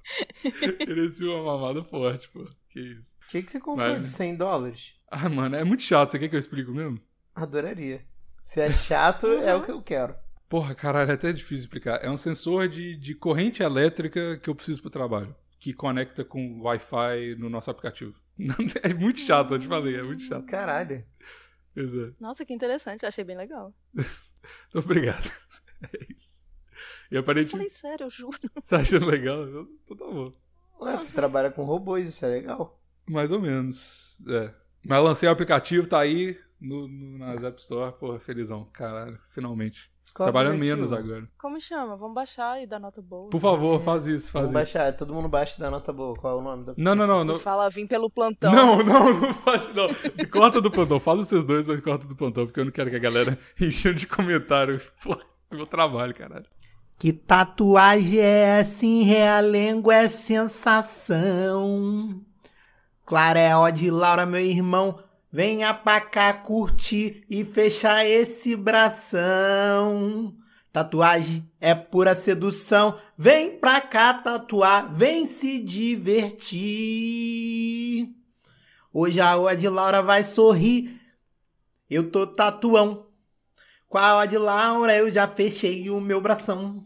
Merecia uma mamada forte, pô. Que isso.
O que, que você comprou
Vai, né?
de 100 dólares?
Ah, mano, é muito chato. Você quer que eu explico mesmo? Uhum.
Adoraria. Se é chato, é o que eu quero.
Porra, caralho, é até difícil explicar. É um sensor de, de corrente elétrica que eu preciso pro trabalho. Que conecta com Wi-Fi no nosso aplicativo. É muito chato, eu te falei, é muito chato.
Caralho.
Pois é.
Nossa, que interessante. Achei bem legal.
Então, Obrigado. É isso. E
Eu
aparentemente,
falei sério, eu juro.
você acha legal? Então tá bom.
Ué, tu trabalha com robôs, isso é legal.
Mais ou menos. É. Mas eu lancei o aplicativo, tá aí no, no, nas App Store. Porra, felizão. Caralho, finalmente.
Qual
Trabalhando
objetivo?
menos agora.
Como chama? Vamos baixar e dar nota boa.
Por favor, faz isso, faz
Vamos
isso.
baixar, todo mundo baixa e dá nota boa. Qual é o nome da.
Não, não, não.
Me
Não,
Fala, vim pelo plantão.
Então.
não, não, não faz não. Corta do plantão. Faz os seus dois, mas corta do plantão, porque eu não quero que a galera enchendo de comentário. Porra, é meu trabalho, caralho.
Que tatuagem é essa em realengo é sensação. Clareó de Laura, meu irmão, venha pra cá curtir e fechar esse bração. Tatuagem é pura sedução, vem pra cá tatuar, vem se divertir. Hoje a Oa de Laura vai sorrir, eu tô tatuão. Com a Oa de Laura eu já fechei o meu bração.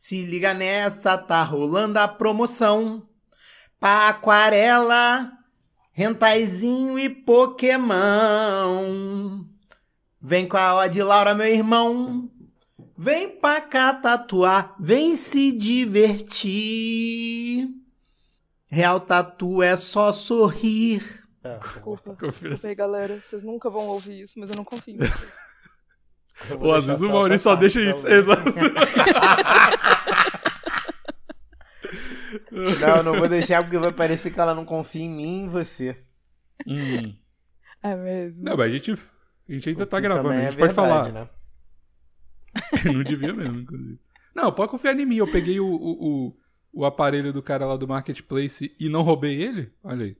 Se liga nessa, tá rolando a promoção. Pra aquarela, rentaizinho e Pokémon. Vem com a Oa de Laura, meu irmão. Vem pra cá tatuar, vem se divertir. Real tatu é só sorrir.
Desculpa.
Confira
Não sei, galera. Vocês nunca vão ouvir isso, mas eu não confio em vocês.
Eu
Ou
vou
às
deixar
vezes o Maurício só
essa
deixa
parte
isso.
pra ouvir.
Exato.
Não, não vou deixar porque vai parecer que ela não confia em mim e em você.
Hum.
É mesmo.
Não, mas a gente, a gente ainda
O
tá
que
gravando,
também
a
é
gente pode falar.
verdade, né?
Não devia mesmo, inclusive. Não, pode confiar em mim. Eu peguei o, o, o, o aparelho do cara lá do Marketplace e não roubei ele. Olha aí.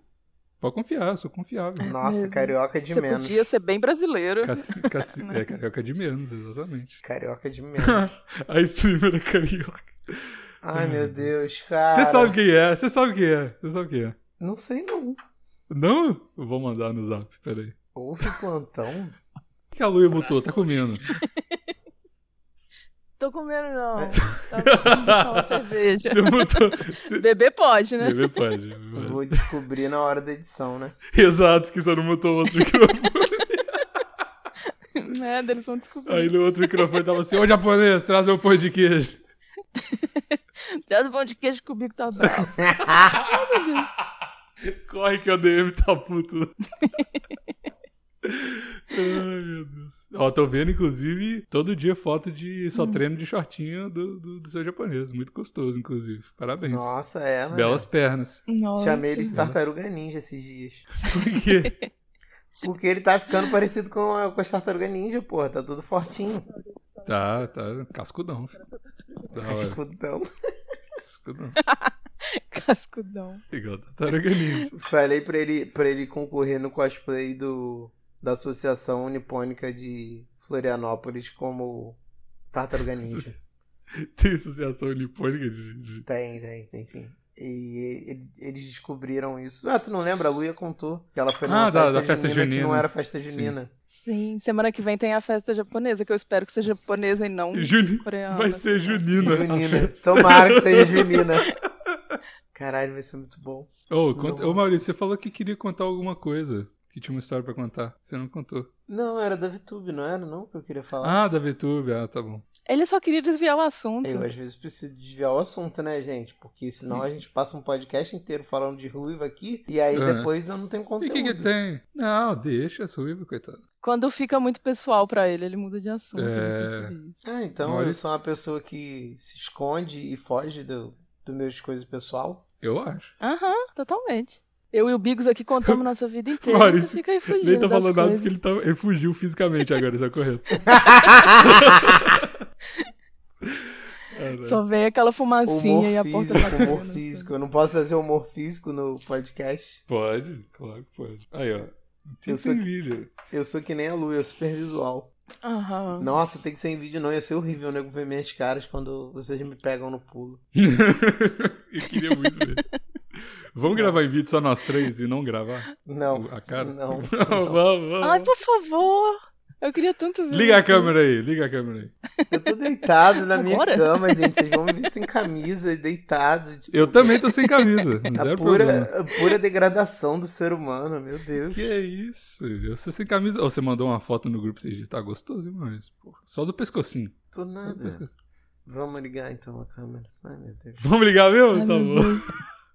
Pode confiar, eu sou confiável.
Nossa,
mesmo.
carioca de
Você
menos.
podia ser bem brasileiro.
Cassi, cassi, é carioca de menos, exatamente.
Carioca de menos.
A streamer é carioca.
Ai, meu Deus, cara.
Você sabe quem é, você sabe quem é, você sabe quem é.
Não sei não.
Não? Eu vou mandar no zap, peraí.
Houve plantão?
Por que a Luia mutou? Tá comendo.
Tô comendo, não.
É.
Tá,
Tava precisando buscar uma cerveja.
Você mutou. Você...
Beber pode, né?
Bebê pode. bebê pode.
Vou descobrir na hora da edição, né?
Exato, que você não mutou o outro microfone.
Nada, eles Né, vão descobrir.
Aí no outro microfone tava assim, ô japonês, traz meu pão de queijo.
Traz um pão de queijo que o bico tá bravo.
Corre que o DM tá puto. Ai, meu Deus. Ó, tô vendo, inclusive, todo dia foto de
Hum.
só treino de shortinho do, do, do seu japonês. Muito gostoso, inclusive. Parabéns.
Nossa, é, mano.
Belas pernas.
Nossa.
Chamei ele de tartaruga ninja esses dias.
Por quê?
Porque ele tá ficando parecido com, a, com as tartarugas ninja, porra. Tá tudo fortinho.
tá, tá. Cascudão. Da hora,
Escudão.
cascudão.
Cascudão.
Igual tartaruga ninja.
Falei pra ele, pra ele concorrer no cosplay do, da Associação Nipônica de Florianópolis como Tartaruga Ninja.
Tem associação nipônica de... de...
Tem, tem, tem sim. E ele- eles descobriram isso. Ah, tu não lembra? A Luia contou que ela foi numa
Ah, da-
festa,
da festa
junina, que não
junina.
era festa junina.
Sim, semana que vem tem a festa japonesa, que eu espero que seja japonesa e não
Juni...
coreana.
Vai ser Junina.
Junina. Tomara que seja junina. Caralho, vai ser muito bom.
Ô, conta... Ô,
Nossa.
Maurício, você falou que queria contar alguma coisa. Que tinha uma história pra contar. Você não contou.
Não, era da VTube, não era não que eu queria falar?
Ah, da VTube. Ah, tá bom.
Ele só queria desviar o assunto.
Eu às vezes preciso desviar o assunto, né, gente? Porque senão a gente passa um podcast inteiro falando de ruiva aqui e aí
É.
depois eu não tenho
E o
conteúdo.
que, que tem? Não, deixa, é suíba, coitado.
Quando fica muito pessoal pra ele, ele muda de assunto. eu
É.
percebi isso.
Ah, então eu
Maurício?
sou uma pessoa que se esconde e foge do, do meus coisas pessoal.
Eu acho.
Aham, totalmente. Eu e o Bigos aqui contamos nossa vida inteira.
Maurício,
você fica aí fugindo
Nem tá
das
falando nada
coisas.
porque ele, tá, ele fugiu fisicamente agora, isso é correto. É, né?
Só vem aquela
Humor
fumacinha e a porta
físico,
tá
humor
batendo,
físico. Eu não posso fazer humor físico no podcast.
Pode, claro que pode. Aí, ó. Tem que
Eu sou
ser
que-
vídeo.
Eu sou que nem a Lu, eu sou super visual.
assim. Aham.
Nossa, tem que ser em vídeo não, ia ser horrível, nego, ver minhas caras quando vocês me pegam no pulo.
Eu queria muito ver. Vamos gravar em vídeo só nós três e não gravar
Não.
a cara?
Não.
vamos, vamos.
Ai, por favor.
Eu queria tanto ver
Liga a
isso.
câmera aí, liga a câmera aí.
Eu tô deitado na minha
Agora?
cama, gente. Vocês vão me ver sem camisa, deitado. Tipo,
Eu também tô sem camisa.
a
Zero
pura,
problema.
a pura degradação do ser humano, meu Deus.
Que é isso? Eu sou sem camisa. Ou você mandou uma foto no grupo e você tá gostoso, mas, porra. Só do pescocinho.
Tô
Só do
nada.
pescocinho.
Vamos ligar então a câmera. Ai, meu Deus.
Vamos ligar mesmo?
Ai,
tá
meu
bom.
Deus.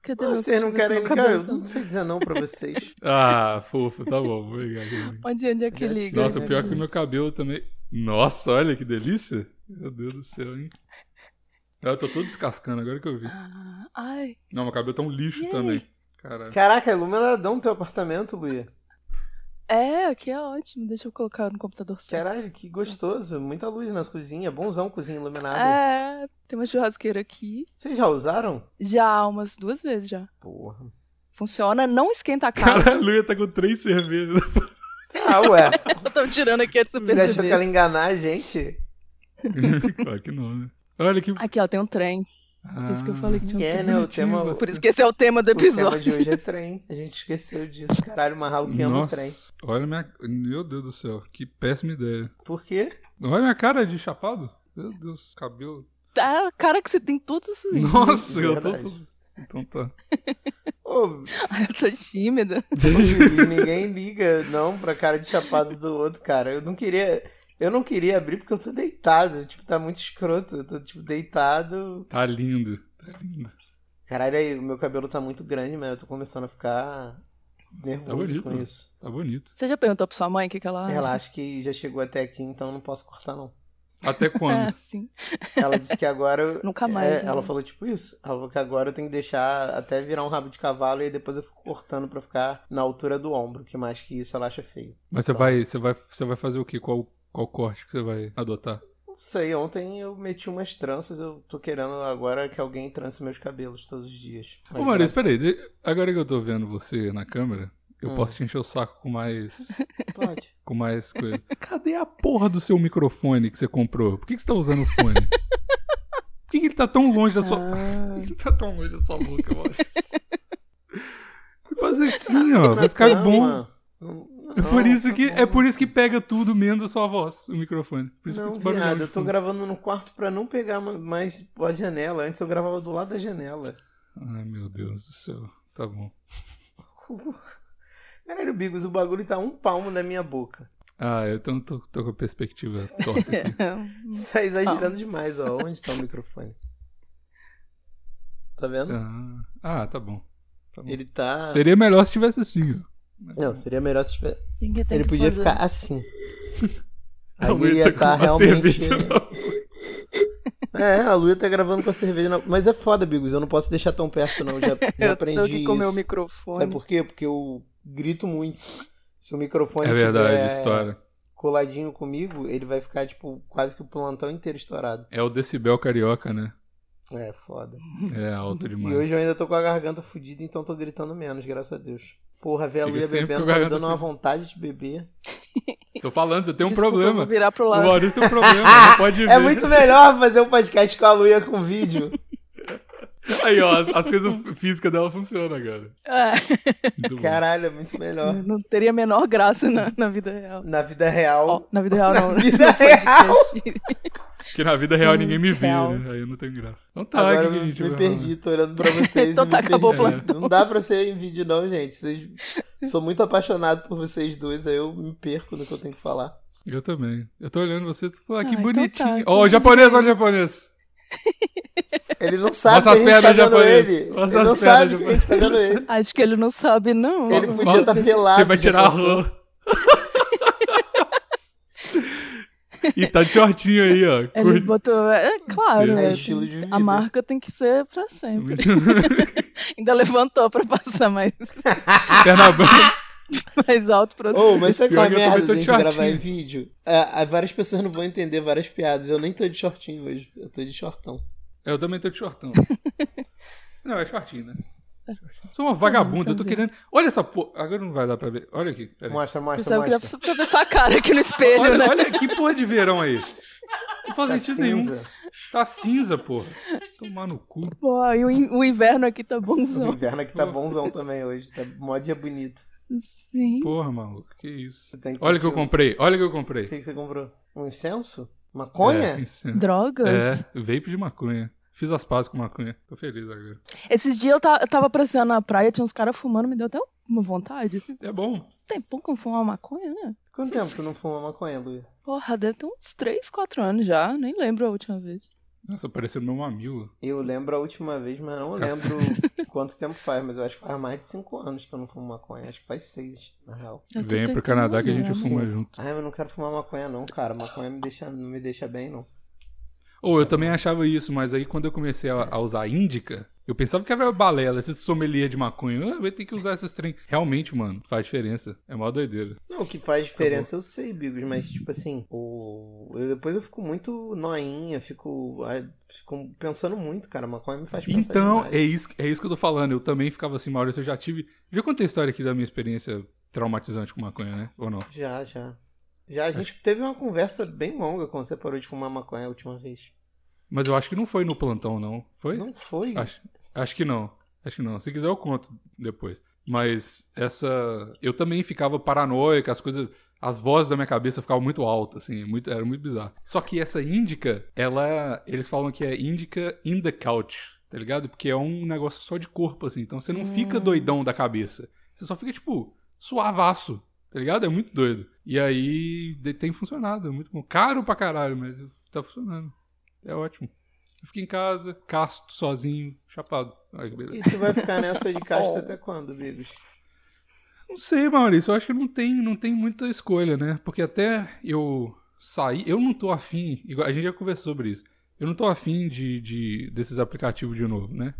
Cadê meu
Vocês não
cadê
querem
meu
ligar? Eu
cabelo? tá
não sei dizer não pra vocês.
Ah, fofo, tá bom, vou ligar aqui.
Onde, onde é que
Gente,
liga?
Nossa, o pior é que o meu cabelo também. Nossa, olha que delícia! Meu Deus do céu, hein? Eu tô todo descascando agora que eu vi.
Ah, Ai,
Não, meu cabelo tá um lixo
Yay.
também. Caralho.
Caraca, é iluminadão teu apartamento, Luia.
é, aqui é ótimo. Deixa eu colocar no computador certo.
Caralho, que gostoso. Muita luz na cozinha. Bonzão cozinha iluminada.
É, tem uma churrasqueira aqui.
Vocês já usaram?
Já, umas duas vezes já.
Porra.
Funciona, não esquenta a casa.
Caralho, a Luia tá com três cervejas.
Ah, ué.
Estão tirando aqui antes de eu
Você achou que
perceber.
ela ia enganar a gente?
claro que não, né? Olha que.
Aqui, ó, tem um trem.
Ah,
Por isso que eu falei que tinha um
E é,
trem.
né? O tema,
Bonitinho,
Por isso que esse é o tema do
o tema
episódio.
de hoje é trem. A gente esqueceu disso. Caralho, Marralo que ama o
Ah, Nossa,
trem.
olha minha. Meu Deus do céu, que péssima ideia.
Por quê?
Olha é minha cara de chapado. Meu Deus, cabelo.
Tá, cara, que você tem todos os.
Nossa, eu tô.
Verdade.
todo- Então tá.
Ô,
Ai, eu tô tímida.
Hoje ninguém liga, não, pra cara de chapado do outro, cara. Eu não queria. Eu não queria abrir porque eu tô deitado. Tipo, tá muito escroto. Eu tô, tipo, deitado.
Tá lindo, tá lindo.
Caralho, aí, o meu cabelo tá muito grande, mas eu tô começando a ficar nervoso
bonito,
com
né?
isso.
Tá bonito.
Você já perguntou pra sua mãe o que, que ela acha?
Ela acha que já chegou até aqui, então não posso cortar, não.
Até quando?
Ah, sim.
Ela disse que agora. eu-
Nunca mais,
é,
né?
ela falou tipo isso. Ela falou que agora eu tenho que deixar até virar um rabo de cavalo e aí depois eu fico cortando pra ficar na altura do ombro, que mais que isso ela acha feio.
Mas você vai, você vai, você vai fazer o quê? Qual, qual corte que você vai adotar?
Não sei, ontem eu meti umas tranças, eu tô querendo agora que alguém trance meus cabelos todos os dias. Mas
Ô, Maurício,
graças-
peraí. de- Agora que eu tô vendo você na câmera, eu
Hum.
posso te encher o saco com mais.
Pode.
com mais coisa. Cadê a porra do seu microfone que você comprou? Por que, que você tá usando o fone? Por que, que ele tá tão longe da sua. Por
Ah,
que ele tá tão longe da sua boca, Maurício? Vai fazer assim, ó. Vai ficar bom.
Calma. Não-
É
não,
por isso
tá
que,
bom.
é por isso que pega tudo menos a sua voz, o microfone. Por isso que
Não,
esse é barulhão
viado,
de
eu tô
fundo.
gravando no quarto pra não pegar ma- mais a janela. Antes eu gravava do lado da janela.
Ai, meu Deus do céu. Tá bom.
Caralho, Bigos, o bagulho tá um palmo da minha boca.
Ah, eu tô, tô, tô com a perspectiva torta aqui.
Você tá
Ah.
exagerando demais, ó. Onde tá o microfone? Tá vendo?
Ah, ah, tá bom. Tá bom.
Ele tá.
Seria melhor se tivesse assim, ó.
Não, seria melhor se tiver.
Tem que- tem
Ele
que
podia
fazer.
ficar assim. A
Não,
Luia
ele com
tá
uma
realmente.
cerveja na boca.
É, a Luia tá gravando com a cerveja. Na... Mas é foda, Bigos. Eu não posso deixar tão perto, não. Eu Já, já
eu
aprendi
tô aqui com o meu
isso.
microfone.
Sabe por quê? Porque eu grito muito. Se o microfone
É verdade,
tiver
história.
coladinho comigo, ele vai ficar, tipo, quase que o plantão inteiro estourado.
É o decibel carioca, né?
É, foda.
É alto demais.
E hoje eu ainda tô com a garganta fodida, então tô gritando menos, graças a Deus. Porra, ver a
Fica
Luia
sempre com a
bebendo tá me
garganta
dando uma vontade de beber.
Tô falando, você tem um
Desculpa, eu
problema.
vou virar pro
O
lado.
Maurício tem um problema, não pode ver.
É muito melhor fazer um podcast com a Luia com vídeo.
Aí, ó, as, as coisas f- físicas dela funcionam, cara.
Ah,
Muito bom.
Caralho, é muito melhor.
não teria a menor graça na, na vida real.
Na vida real.
Ó, na vida real, não. né?
Na vida
no podcast.
Porque na vida real
Sim,
ninguém me vê,
real.
né? Aí eu não tenho graça. Então tá,
Agora
o que que a
eu
gente
me
vai
perdi, tô olhando pra vocês.
Então
e
tá,
me
acabou o
perdi.
plantão.
Não dá pra ser em vídeo, não, gente. Vocês... Sou muito apaixonado por vocês dois, aí eu me perco no que eu tenho que falar.
falar? Eu também. Eu tô olhando vocês e tô falando, ah, que
Ah, então
bonitinho. Ó,
tá,
o
tudo
japonês, olha o japonês.
Ele não sabe
Mostra
que a
as
gente tá
pernas,
vendo
japonês.
ele.
Mostra
ele não
as pernas,
sabe que a gente tá vendo ele.
Acho que ele não sabe, não.
Ele
Fala-
podia estar
fala-
pelado.
Ele vai
já
tirar a
pensou?
rola. e tá de shortinho aí, ó.
Ele
Curte. um
botou. É claro,
Sim.
né?
É estilo de vida.
A marca tem que ser pra sempre. Ainda levantou pra passar mais,
Perna baixa.
mais alto pra
Ô, mas sabe qual é a
Pior que eu também
merda
tô
da
de
gente
shortinho.
gravar em vídeo? Ah, ah, várias pessoas não vão entender várias piadas. Eu nem tô de shortinho hoje. Eu tô de shortão.
Eu também tô de shortão. Não, é shortinho, né? Sou uma vagabunda, eu tô querendo. Olha essa porra. Agora não vai dar pra ver. Olha aqui. peraí.
Mostra,
Você
mostra,
sabe que dá
mostra.
pra pra ver sua cara aqui no espelho, né?
Olha, olha que porra de verão é esse? Não faz
Tá
sentido nenhum.
cinza.
Tá cinsa, porha. Tomar no cu.
Pô, e o, in- o inverno aqui tá
O
bonzão.
inverno aqui tá bonzão também hoje. Tá mó dia bonito.
Sim.
Porra, maluco, que isso.
Você tem
Olha o que eu
curtir
comprei, olha o que eu
o- O
comprei.
que que você comprou? Um incenso?
É,
Maconha?
ensino.
Drogas?
É, vape de maconha. Fiz as pazes com maconha. Tô feliz agora.
Esses dias eu, ta- eu tava passeando na praia, tinha uns caras fumando, me deu até uma vontade. Assim.
É bom.
Tem pouco que eu não fumo uma maconha, né?
Quanto tempo tu não fuma maconha, Luiz?
Porra, deve ter uns 3, 4 anos já, nem lembro a última vez.
Nossa, pareceu meu mamilo.
Eu lembro a última vez, mas não lembro quanto tempo faz, mas eu acho que faz mais de 5 anos que eu não fumo maconha. Acho que faz 6, na real.
Eu tô
Venha pro
tentando
Canadá que a gente
lembrar.
fuma junto.
Ai, mas eu não quero fumar maconha não, cara. Maconha me deixa, não me deixa bem, não.
Ou eu também achava isso, mas aí quando eu comecei a, a usar índica, eu pensava que era balela, esse sommelier de maconha. Ah, vai ter que usar essas trem. Realmente, mano, faz diferença. É mó doideira.
Não, o que faz
Tá
diferença eu sei, Bigos, mas tipo assim, o... eu- depois eu fico muito noinha, fico, ai, fico pensando muito, cara. Maconha me faz pensar
Então,
demais.
é isso, é isso que eu tô falando. Eu também ficava assim, Maurício, eu já tive. Já contei a história aqui da minha experiência traumatizante com maconha, né? Ou não?
Já, já. Já a gente teve uma conversa bem longa quando você parou de fumar maconha a última vez.
Mas eu acho que não foi no plantão, não. Foi?
Não foi?
Acho, acho que não. Acho que não. Se quiser, eu conto depois. Mas essa. Eu também ficava paranoico, as coisas. As vozes da minha cabeça ficavam muito altas, assim, muito, era muito bizarro. Só que essa índica, ela. Eles falam que é índica in the couch, tá ligado? Porque é um negócio só de corpo, assim. Então você não fica doidão da cabeça. Você só fica, tipo, suavaço, tá ligado? É muito doido. E aí de- tem funcionado, é muito bom. Caro pra caralho, mas tá funcionando. É ótimo. Eu fico em casa, casto, sozinho, chapado. Ai, que beleza.
E tu vai ficar nessa de
Oh.
casta até quando, Bigos?
Não sei, Maurício. Eu acho que não tem, não tem muita escolha, né? Porque até eu sair, eu não tô afim. igual- A gente já conversou sobre isso. Eu não tô afim de, de- desses aplicativos de novo, né?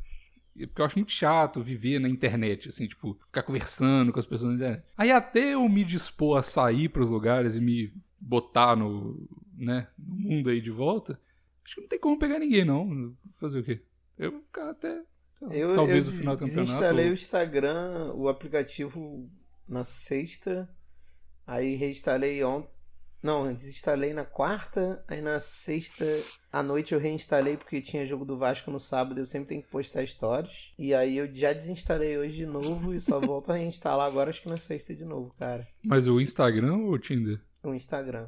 E- Porque eu acho muito chato viver na internet, assim, tipo, ficar conversando com as pessoas na internet. Aí até eu me dispor a sair pros lugares e me botar no, né, no mundo aí de volta, acho que não tem como pegar ninguém, não. Fazer o quê? Eu vou ficar até. sei lá,
Eu,
talvez
eu
no final do campeonato.
desinstalei
ou-
o Instagram, o aplicativo na sexta, aí reinstalei ontem. Não, eu desinstalei na quarta, aí na sexta à noite eu reinstalei porque tinha jogo do Vasco no sábado, eu sempre tenho que postar stories. E aí eu já desinstalei hoje de novo e só volto a reinstalar agora, acho que na sexta de novo, cara.
Mas o Instagram ou o Tinder?
O Instagram.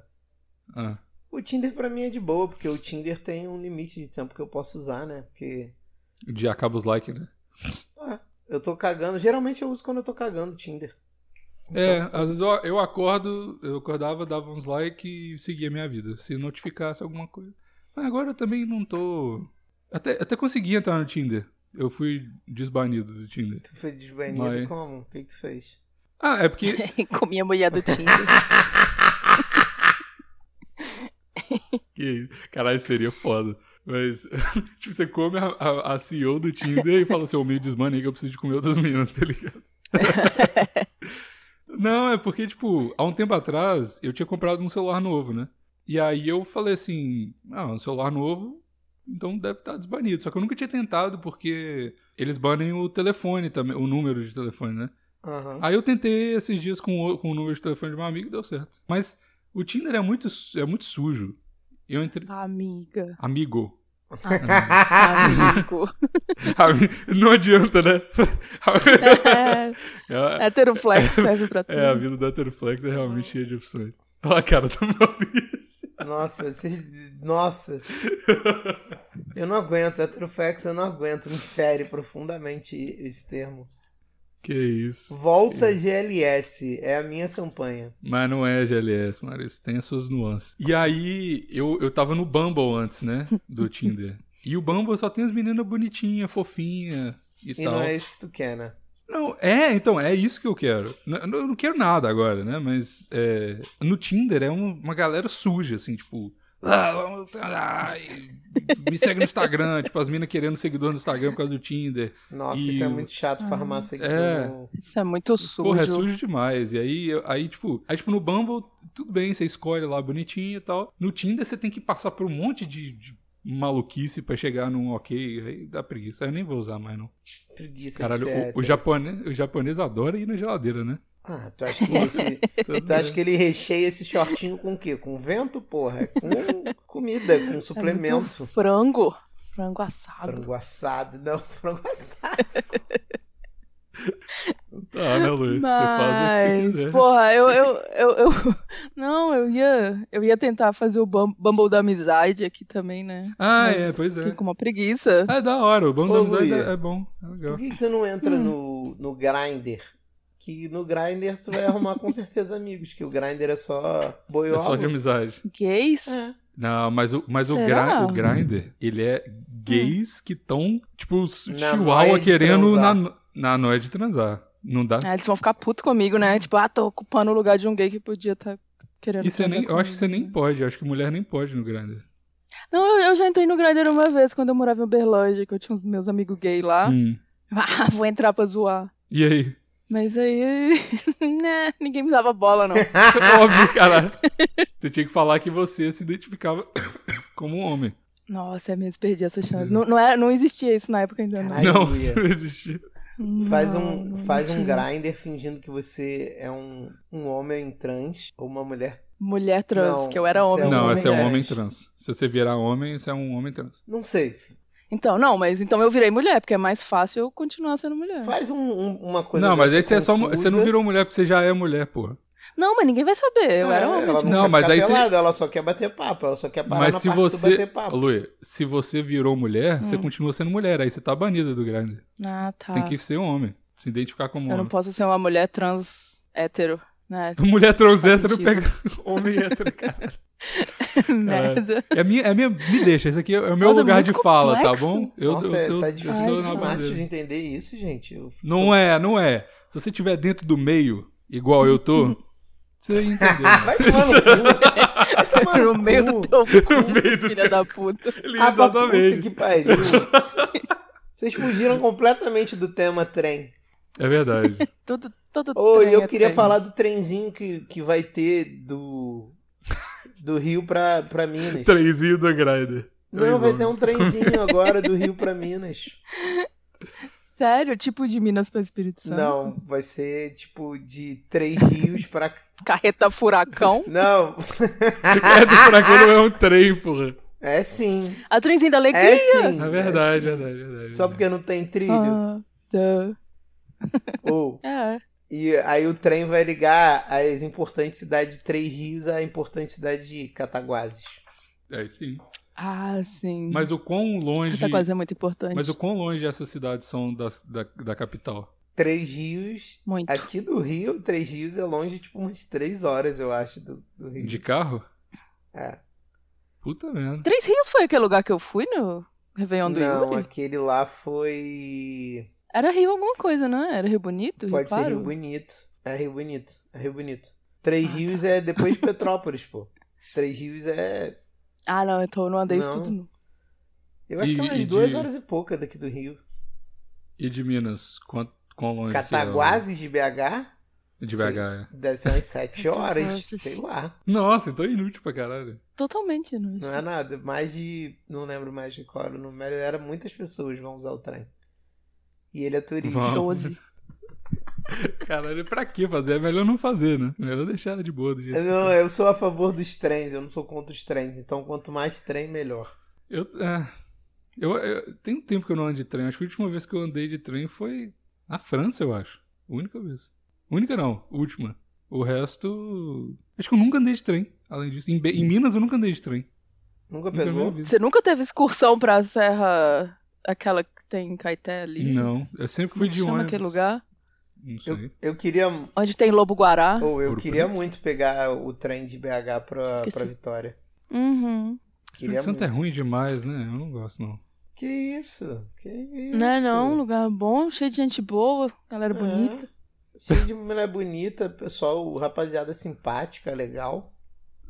Ah.
O Tinder pra mim é de boa, porque o Tinder tem um limite de tempo que eu posso usar, né? Porque
De acaba os likes, né?
ah, eu tô cagando. Geralmente eu uso quando eu tô cagando o Tinder.
É,
Então,
às vezes eu, eu acordo, eu acordava, dava uns likes e seguia a minha vida. Se notificasse alguma coisa. Mas agora eu também não tô. Até, até consegui entrar no Tinder. Eu fui desbanido do Tinder.
Tu foi desbanido
Mas-
como? O que, que tu fez?
Ah, é porque.
Com minha mulher do Tinder.
que- Caralho, seria foda. Mas, tipo, você come a, a, a CEO do Tinder e fala assim: ô, meio desmane aí que eu preciso de comer outras meninas, tá ligado? Não, é porque, tipo, há um tempo atrás eu tinha comprado um celular novo, né? E aí eu falei assim: ah, um celular novo, então deve estar desbanido. Só que eu nunca tinha tentado porque eles banem o telefone também, o número de telefone, né?
Aham.
Aí eu tentei esses dias com, o- com o número de telefone de meu amigo e deu certo. Mas o Tinder é muito, su- é muito sujo. Eu entrei.
Amiga.
Amigo.
Ah, Amigo.
Ami- Não adianta, né?
é,
é,
heteroflex serve pra tudo.
é, a vida da Heteroflex é realmente cheia de opções. Olha a cara do Maurício.
Nossa, vocês. Nossa. Eu não aguento, heterofex, eu não aguento. Me fere profundamente esse termo.
Que isso.
Volta GLS, é a minha campanha.
Mas não é GLS, Maurício. Tem as suas nuances. E aí, eu, eu tava no Bumble antes, né? Do Tinder. E o Bumble só tem as meninas bonitinhas, fofinhas e,
E
tal.
não é isso que tu quer, né?
Não, é, então, é isso que eu quero. N- Eu não quero nada agora, né? Mas é, no Tinder é um- uma galera suja, assim, tipo. "Ah, vamos transar", e me segue no Instagram, tipo, as minas querendo seguidor no Instagram por causa do Tinder.
Nossa,
E
isso é
o-
muito
Ah.
chato, farmácia que um
É.
tu-
Isso é muito sujo.
Porra, é sujo demais. E aí, eu- aí, tipo, aí, tipo, no Bumble, tudo bem, você escolhe lá bonitinho e tal. No Tinder, você tem que passar por um monte de, de maluquice pra chegar num ok. Aí dá preguiça. Aí eu nem vou usar mais, não.
Preguiça
Caralho,
de ser
o, o
hétero.
japonês, o japonês adora ir na geladeira, né? Então,
Ah, tu acha que esse... Tu acha que ele recheia esse shortinho com o quê? Com vento, porra? É Com comida, com
É muito
suplemento.
frango. Frango assado.
Frango assado. Não, frango assado.
Tá, né, Luiz? Você faz o que você
Mas,
quiser.
Porra, eu, eu, eu, eu- Não, eu ia, eu ia tentar fazer o Bum- Bumble da amizade aqui também, né?
ah,
mas
é, pois
Fiquei
é.
com uma preguiça.
Ah, É da hora, o bom
Ô,
da
Luiz.
amizade é, é bom, é legal.
Por que, que tu não
Hum.
entra no, no Grindr? Que no Grindr tu vai arrumar com certeza amigos, que o Grindr é só boiola.
É só de amizade.
Gays?
É.
Não, mas o, mas o,
Será?
gra, o Grindr, ele é gays que estão, tipo, os
Na noia
chihuahua
de
querendo na,
transar.
no- na noite de transar. Não dá.
Ah, eles vão ficar putos comigo, né? Tipo, ah, tô ocupando o lugar de um gay que podia estar querendo.
E você
transar
nem, eu acho que você
comigo,
nem pode, eu acho que mulher nem pode no Grindr.
né? Não, eu, eu já entrei no Grindr uma vez quando eu morava em Uberlândia, que eu tinha uns meus amigos gay lá.
Hum.
Ah, vou entrar pra zoar.
E aí?
Mas aí. né, ninguém me dava bola, não.
Ah.
Óbvio, caralho. Você tinha que falar que você se identificava como um homem.
Nossa, eu mesmo perdi essa
Hum.
chance. Não, não, era, não existia isso na época ainda, não.
Ai,
não,
Bia.
não existia.
Faz
Não,
um,
não é
faz um
tinha.
grinder fingindo que você é um, um homem trans ou uma mulher.
Mulher trans,
Não,
que eu era
você é
homem.
um
não,
homem
esse é um
trans.
homem trans. Se você virar homem, você é um homem trans.
Não sei.
Então, não, mas então eu virei mulher, porque é mais fácil eu continuar sendo mulher.
Faz um- um- uma coisa.
não, mas
dessa
aí você, é só, mu-
confusa.
você não virou mulher porque você já é mulher, porra.
Não, mas ninguém vai saber. Eu
É,
era homem.
Ela
tipo,
não,
Não,
quer
mas
ficar
aí você-
pelada, Ela só quer bater papo. Ela só quer parar
Mas
na
se
parte
você-
do bater papo.
Luê, se você virou mulher, você continua sendo mulher. Aí você tá banida do Grindr.
Ah,
Você
Hum. tá.
tem que ser um homem. Se identificar como
Eu não
homem.
posso ser uma mulher trans hétero, né?
Mulher trans
Faz
hétero
sentido.
pega homem hétero, cara.
Merda.
É a minha, é a minha, me deixa, esse aqui é o meu
Nossa,
lugar
muito
de fala, tá
complexo.
bom? Eu,
Nossa,
eu- eu-
tá
eu dou
difícil
na
demais de
bandeira.
entender isso, gente. Eu
Não é, não é. Se você estiver dentro do meio, igual eu tô, você entendeu. né?
Ah, Vai tomar no cu. Vai tomar
No meio do teu
No meio do
cu, filha
teu-
da puta.
Ele,
Ah, pra
exatamente.
puta que pariu. Vocês fugiram completamente do tema trem.
É verdade.
Todo, todo
Oi,
trem
eu
é
queria
trem.
falar do trenzinho que, que vai ter do, do Rio pra, pra Minas.
Trenzinho do Grindr.
Não, vai
Trenzão.
ter um trenzinho agora do Rio pra Minas.
Sério? Tipo de Minas pra Espírito Santo?
Não, vai ser tipo de três rios pra.
Carreta furacão?
Não,
É do furacão não é um trem, porra.
é sim.
A trenzinha da alegria?
É sim.
É verdade,
é
é
sim.
verdade, é verdade.
Só porque não tem trilho.
Ah, tá.
Ou.
É.
E aí o trem vai ligar as importantes cidades de Três Rios à importante cidade de Cataguases.
É sim.
Ah, sim.
Mas o quão longe.
Cataguases é muito importante.
Mas o quão longe essas cidades são das- da, da capital?
Três Rios.
Muito.
Aqui do Rio, Três Rios é longe, tipo, umas três horas, eu acho, do, do Rio.
De carro?
É.
Puta merda.
Três Rios foi aquele lugar que eu fui no Réveillon do
Não,
Yuri?
aquele lá foi.
Era Rio alguma coisa, né? Era Rio Bonito?
Pode
Rio
ser Rio
Claro? Ah, tá.
Bonito. É Rio Bonito. É Rio Bonito. Três Rios é depois de Petrópolis, pô. Três Rios é.
Ah, não, eu tô, não andei isso
Não.
tudo. Não.
Eu acho
E-
que é
e
umas
de-
duas horas e pouca daqui do Rio.
E de Minas? Quão, quão longe? que é o-
Cataguases de BH
De BH, é.
deve ser umas sete horas.
Cataguases.
Sei lá.
Nossa, então é inútil pra caralho.
Totalmente, não.
Não é nada. Mais de. Não lembro mais de qual era o número. Era muitas pessoas vão usar o trem. E ele é turista.
Vão.
Doze.
Caralho, pra que fazer? É melhor não fazer, né? Melhor deixar ela de boa do jeito.
É, Não, eu sou a favor dos trens, eu não sou contra os trens. Então, quanto mais trem, melhor.
Eu, é, eu, eu- tem um tempo que eu não ando de trem. Acho que a última vez que eu andei de trem foi na França, eu acho. Única vez. Única não, última. O resto. Acho que eu nunca andei de trem. Além disso, em, Be- em Minas eu nunca andei de trem.
Nunca
Nunca na minha
pegou?
vida.
Você nunca teve excursão pra serra, aquela que tem em Caeté ali?
Não, eu sempre fui
Como
de
chama
ônibus.
aquele lugar?
Não sei.
Eu, eu queria.
Onde tem lobo-guará?
Ou eu
Ouro
queria
Preto.
muito pegar o trem de BH pra,
Esqueci.
pra Vitória.
Uhum.
Espírito
Queria
Santo é
muito.
ruim demais, né? Eu não gosto, não.
Que isso? Que isso?
Não é não, um lugar bom, cheio de gente boa, galera
É.
bonita.
Cheio de mulher bonita, pessoal, rapaziada simpática, legal.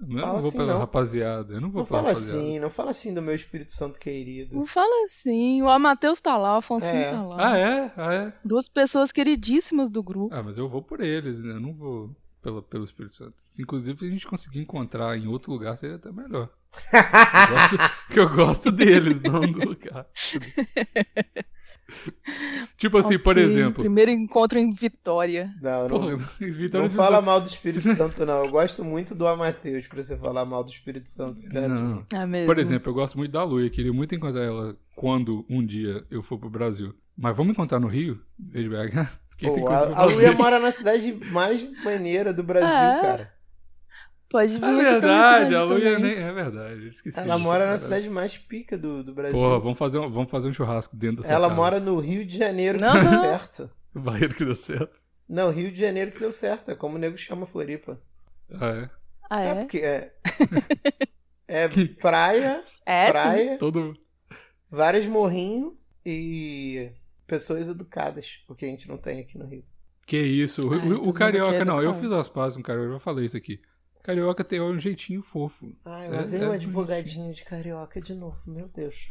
Eu não
Fala
vou
assim,
pela
não.
rapaziada. Eu não vou
Não
pela
fala
rapaziada.
assim, não fala assim do meu Espírito Santo querido.
Não fala assim. O Amateus tá lá, o Afonso
É.
tá lá.
Ah, é? Ah, é?
Duas pessoas queridíssimas do grupo.
Ah, mas eu vou por eles, né? Eu não vou pela, pelo Espírito Santo. Se, Inclusive, se a gente conseguir encontrar em outro lugar, seria até melhor. Eu gosto- que eu gosto deles, não do lugar. tipo assim, por
Ok,
exemplo.
Primeiro encontro em Vitória.
Não, não,
Porra, Vitória
não
de
fala mal do Espírito Santo, não. Eu gosto muito do Amateus pra você falar mal do Espírito Santo. perto de mim.
Não.
Ah, mesmo.
Por exemplo, eu gosto muito da Lu e eu queria muito encontrar ela quando um dia eu for pro Brasil. Mas vamos encontrar no Rio, em vez de BH? Quem tem
Pô,
coisa pra
a, a Luia
fazer?
mora na cidade mais maneira do Brasil,
É.
cara.
Pode vir
É
aqui pra
verdade,
minha
a
cidade
Luia
também.
nem. É verdade, eu esqueci. É
Ela
disso,
mora na
cara.
cidade mais pica do, do Brasil.
Porra, vamos fazer, um, vamos fazer um churrasco dentro da sua
Ela
casa.
mora no Rio de Janeiro, que
Não,
deu
não.
certo.
Barreiro que deu certo.
Não, Rio de Janeiro que deu certo. É como o nego chama Floripa.
Ah,
Ah,
É,
é?
porque é. é praia,
É, sim.
praia,
é. Todo.
vários morrinhos e pessoas educadas, o que a gente não tem aqui no Rio.
Que isso. O,
Ai,
o-
todo
o
mundo
carioca,
quer
não, eu
educar.
fiz as pazes com o carioca, eu já falei isso aqui. Carioca tem um jeitinho fofo.
Ai,
É,
lá vem
é
um
bonitinho.
advogadinho de carioca de novo, meu Deus.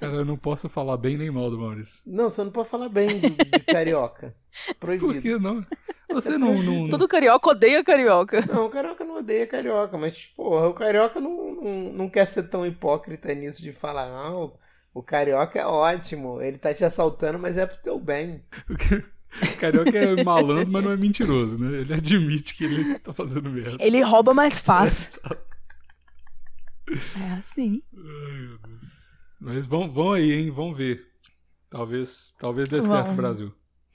Cara, eu não posso falar bem nem mal do Maurício.
Não, você não pode falar bem do- de carioca. Proibido.
Por que não? Você não. não, não...
Todo carioca odeia carioca.
Não, o carioca não odeia carioca, mas, porra, o carioca não, não, não quer ser tão hipócrita nisso de falar, não, o carioca é ótimo, ele tá te assaltando, mas é pro teu bem.
Porque Carioca é malandro, mas não é mentiroso, né? Ele admite que ele tá fazendo merda.
Ele rouba mais fácil. É assim.
Ai, meu Deus. Mas vão, vão aí, hein? Vão ver. Talvez, talvez dê
Vão.
certo, Brasil.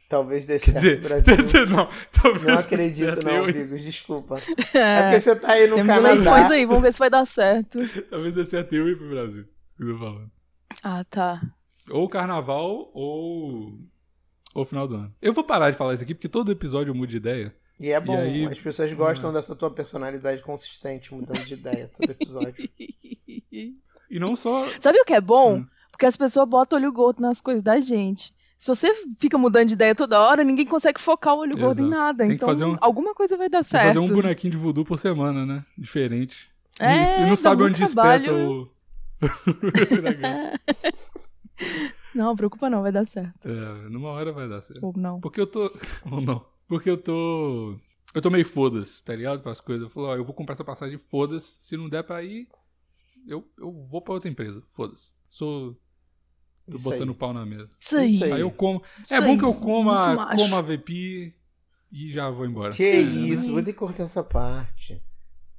Talvez dê
Quer
certo,
dizer,
Brasil.
não, talvez
Não
dê
acredito
certo,
não,
eu-
amigos, desculpa. É
É,
porque você tá aí no
temos eleições
Canadá.
aí, vamos ver se vai dar certo.
Talvez dê certo eu ir pro Brasil. isso que eu tô falando.
Ah, tá.
Ou carnaval ou. Ou final do ano. Eu vou parar de falar isso aqui porque todo episódio eu mudo de ideia.
E é bom,
aí- ah.
as pessoas gostam dessa tua personalidade consistente, mudando de ideia todo episódio.
E não só.
Sabe o que é bom?
Hum.
Porque as pessoas botam olho gordo nas coisas da gente. Se você fica mudando de ideia toda hora, ninguém consegue focar o olho gordo em
Exato.
nada.
Tem que
então,
fazer um-
alguma coisa vai dar
Vou
certo.
fazer um bonequinho de voodoo por semana, né? Diferente. E-
É,
e, não
dá
sabe
muito
onde espeta
trabalho.
o. o negócio.
Não, preocupa não, vai dar certo.
é, numa hora vai dar certo.
Ou não.
Porque eu tô. Ou não. Porque eu tô. Eu tô meio foda-se, tá ligado? Para as coisas. Eu falo, ó, eu vou comprar essa passagem, foda-se. Se não der pra ir, eu, eu vou pra outra empresa, foda-se. Sou. Tô
Isso aí.
botando pau na mesa.
Isso aí.
Isso
Aí eu como. é
Isso
bom
aí,
que eu coma,
muito macho.
coma a VP e já vou embora.
Que
Sim.
isso, vou ter que cortar essa parte.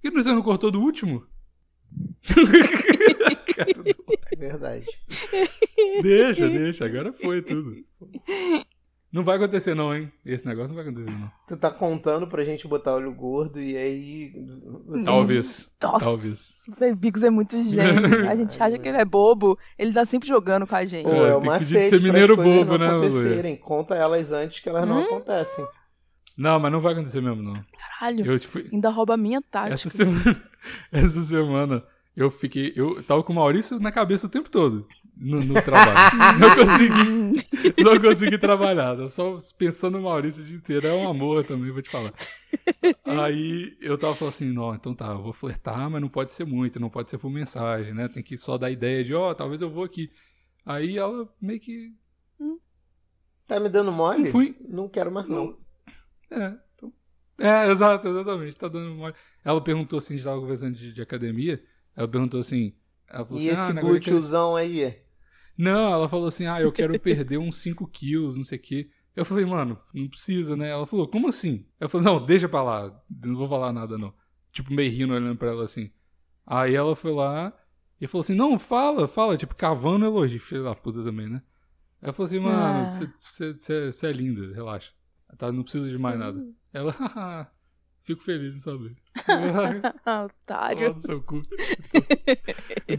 E você não cortou do último? Cara do-
É verdade.
deixa, deixa. Agora foi tudo. Não vai acontecer, não, hein? Esse negócio não vai acontecer, não.
Tu tá contando pra gente botar olho gordo e aí. você-
Talvez.
Nossa,
Talvez.
o Fê Bigos é muito gênio. A gente acha que ele é bobo, ele tá sempre jogando com a gente.
Pô,
É,
é
tem
o
que
macete
ser
pra
mineiro
as coisas
bobo,
não
né, Luia?
acontecerem. Conta elas antes que elas não acontecem.
Não, mas não vai acontecer mesmo, não.
Caralho,
Eu fui.
ainda rouba a minha tática.
Essa semana, essa semana eu fiquei. Eu tava com o Maurício na cabeça o tempo todo no, no trabalho. não consegui.
Hum,
Não consegui trabalhar. Tava só pensando no Maurício o dia inteiro. É um amor também, vou te falar. Aí eu tava falando assim: não, então tá, eu vou flertar, mas não pode ser muito, não pode ser por mensagem, né? Tem que só dar ideia de, ó, talvez eu vou aqui. Aí ela meio que.
Tá me dando mole?
Não fui.
Não quero mais, não.
É, então- é, exato, exatamente. Tá dando mole. Ela perguntou assim, a gente tava conversando de, de academia. Ela perguntou assim. Ela falou assim,
E
ah,
esse
negócio de academia-
glúteozão aí?
Não, ela falou assim, ah, eu quero perder uns 5 quilos, não sei o quê. Eu falei, mano, não precisa, né? Ela falou, como assim? Eu falei, não, deixa pra lá, não vou falar nada, não. Tipo, meio rindo, olhando pra ela assim. Aí ela foi lá e falou assim, não, fala, fala, tipo, cavando elogio, filha da puta também, né? Ela falou assim, mano,
Ah.
você- você você- você é linda, relaxa. Tá, não precisa de mais nada. Ela, haha, fico feliz em saber.
ah,
Tomar
otário.
no seu cu.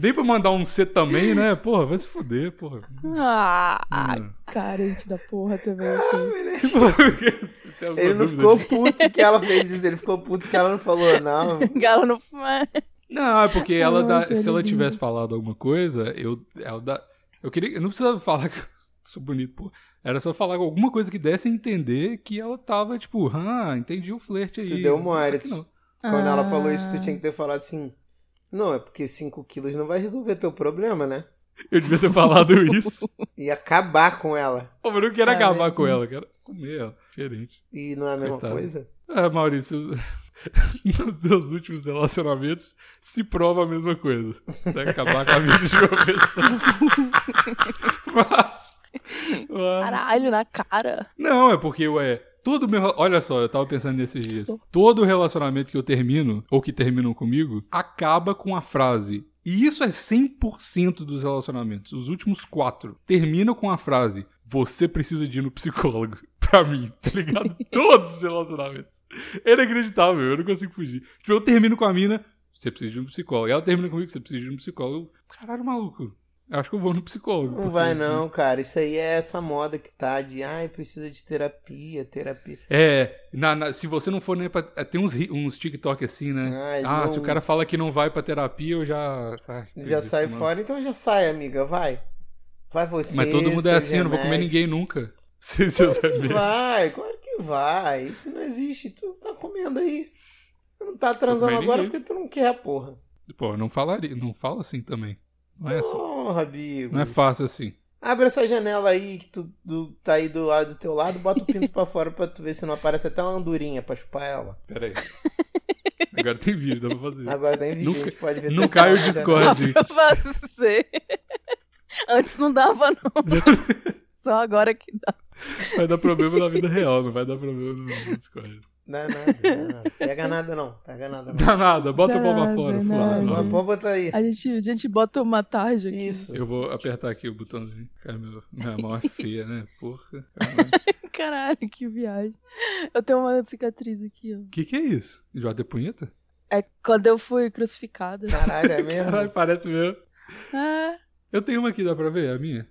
Nem pra mandar um C também, né? Porra, vai se fuder, porra.
Ah,
Hum.
carente da porra também,
Ah,
assim.
Você tem alguma
Ele não
dúvida
ficou
disso?
puto que ela fez isso, ele ficou puto que ela não falou, não.
Galo no...
Não, é porque ela
Ai,
dá- se ela
Jaredinho.
tivesse falado alguma coisa, eu ela dá, eu queria, eu não precisava falar que eu sou bonito, pô. Era só falar alguma coisa que desse a entender que ela tava tipo, ah, entendi o flerte aí.
Tu deu um uma
Só
área,
que não.
Quando ela falou
Ah.
isso, tu tinha que ter falado assim. Não, é porque 5 quilos não vai resolver teu problema, né?
Eu devia ter falado isso.
E acabar com ela.
Pô, mas eu não quero
É
acabar
mesmo.
com ela, eu quero comer ela. Diferente.
E não é a mesma
Coitado.
coisa?
Ah, Maurício, nos seus últimos relacionamentos se prova a mesma coisa. Vai acabar com a vida de uma pessoa. Mas. mas-
Caralho, na cara.
Não, é porque, ué. Todo meu. Olha só, eu tava pensando nesses dias. Todo relacionamento que eu termino, ou que terminam comigo, acaba com a frase. E isso é 100% dos relacionamentos. Os últimos quatro terminam com a frase: Você precisa de ir no psicólogo. pra mim, tá ligado? Todos os relacionamentos. É inacreditável, eu não consigo fugir. Tipo, eu termino com a mina, você precisa de um psicólogo. Ela termina comigo, você precisa de um psicólogo. Eu, Caralho, maluco. Eu acho que eu vou no psicólogo.
Não
porque-
vai não, cara. Isso aí é essa moda que tá de, ai, precisa de terapia, terapia.
É, na- na- se você não for nem pra. é, Tem uns, ri- uns TikTok assim, né?
Ai,
ah,
É, não-
se o cara fala que não vai pra terapia, eu já. Ai,
Já
isso,
sai
mano.
fora, então já sai, amiga, vai. Vai você.
Mas todo mundo é
seus
assim, eu não vou comer
remédios.
ninguém nunca. Sem seus amigos.
Vai, claro que vai. Isso não existe, tu tá comendo aí. Tu não tá
comer
transando agora
ninguém.
porque tu não quer, porra.
Pô, não falaria, não fala assim também. Não é, só-
Porra, Bigo.
não é fácil assim.
Abre essa janela aí que tu do- tá aí do lado do teu lado, bota o pinto pra fora pra tu ver se não aparece até uma andorinha pra chupar ela.
Pera aí. Agora tem vídeo, dá pra fazer.
Agora tá em vídeo,
Não
a gente pode ver.
Não
tudo.
cai o
Dá
Discord.
pra fazer. Antes não dava, não. Só agora que dá.
Vai dar problema na vida real, não vai dar problema no Discord.
Dá é nada, dá nada. Pega nada não, pega nada não.
Dá nada, bota o boba
Dá
fora,
nada.
foda-se.
Pode- Pode botar aí.
A gente, a gente bota uma tarde aqui.
Isso.
Eu vou apertar aqui o botãozinho. Cara, meu, minha mão é feia, né? Porra. caralho.
Caralho, que viagem. Eu tenho uma cicatriz aqui, ó.
O que, que é isso? Joga de punheta?
É quando eu fui crucificada.
Caralho, é mesmo?
Caralho,
Caralho.
parece mesmo.
Ah,
Eu tenho uma aqui, dá pra ver? É A minha?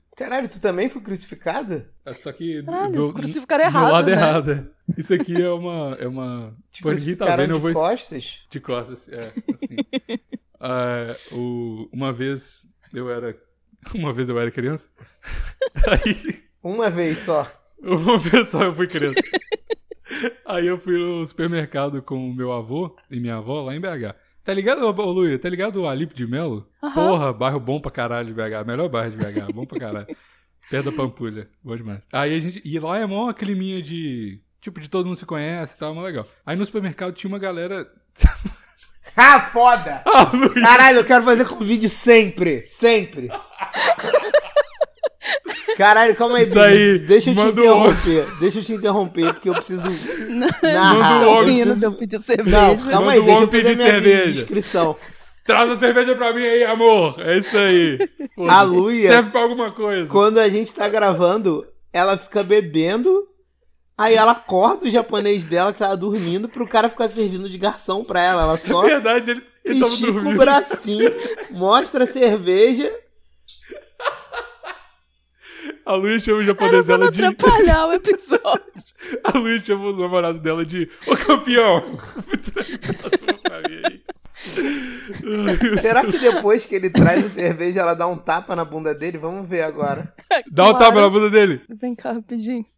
tu também foi crucificado?
É, Só que do,
caralho,
do,
crucificaram
do
errado.
lado
né?
errado. é. Isso aqui é uma. É uma...
Te
Pô, ninguém tá
crucificaram
vendo, eu vou-
de costas?
De costas, é, assim. Ah, o- uma vez eu era. Uma vez eu era criança. Aí.
Uma vez só.
Uma vez só eu fui criança. Aí eu fui no supermercado com o meu avô e minha avó lá em BH. Tá ligado, ô, ô Luia? Tá ligado o Alipe de Melo?
Aham.
Porra, bairro bom pra caralho de BH. Melhor bairro de BH, bom pra caralho. Perto da Pampulha, bom demais. Aí a gente. E lá é mó climinha de. Tipo, de todo mundo se conhece e tal, mó legal. Aí no supermercado tinha uma galera.
Ah, foda!
Ah, Luia!
Caralho, eu quero fazer com vídeo sempre, sempre. Caralho, calma aí,
Isso aí,
Bibi. Deixa eu te
manda o
interromper. Deixa eu te interromper, porque eu preciso narrar.
Manda o
eu
homem.
Menino,
preciso-
eu pedi cerveja.
Não, calma
Manda
aí,
o
deixa eu
homem
fazer
pedir
minha
cerveja.
descrição.
Traz a cerveja pra mim aí, amor. É isso aí. Pô,
A Luia-
Serve pra alguma coisa.
Quando a gente tá gravando, ela fica bebendo, aí ela acorda o japonês dela que tava dormindo pro cara ficar servindo de garçom pra ela. Ela
Na
só
verdade, ele, ele tava
estica o
dormindo.
bracinho, mostra a cerveja.
A Luia chama o
Era
japonês
pra não
dela de.
atrapalhar o episódio.
A Luia chama o namorado dela de. Ô campeão! Traz uma pra mim aí.
Será que depois que ele traz a cerveja, ela dá um tapa na bunda dele? Vamos ver agora.
Dá um tapa na bunda dele.
Vem cá, rapidinho.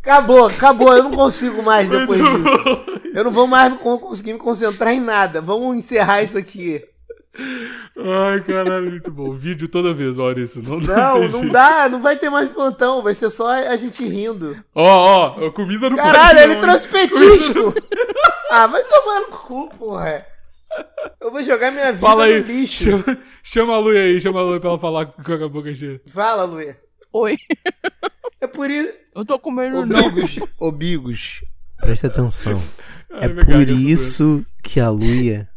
Acabou, acabou. Eu não consigo mais
Muito
depois
bom.
disso. Eu não vou mais me con- conseguir me concentrar em nada. Vamos encerrar isso aqui.
Ai, caralho, muito bom. Vídeo toda vez, Maurício. Não,
Não,
tem
não
jeito.
dá. Não vai ter mais plantão. Vai ser só a gente rindo.
Ó, ó, comida no
Caralho, ele trouxe petisco. Ah, vai tomar no cu, porra. Eu vou jogar minha vida
Fala aí.
no lixo.
Chama, chama a Luia aí, chama a Luia pra ela falar com a boca cheia.
Fala, Luê.
Oi.
É por isso...
Eu tô comendo não.
Obigos, obigos, presta atenção. É
Ai, minha
por
garganta
isso que a Luia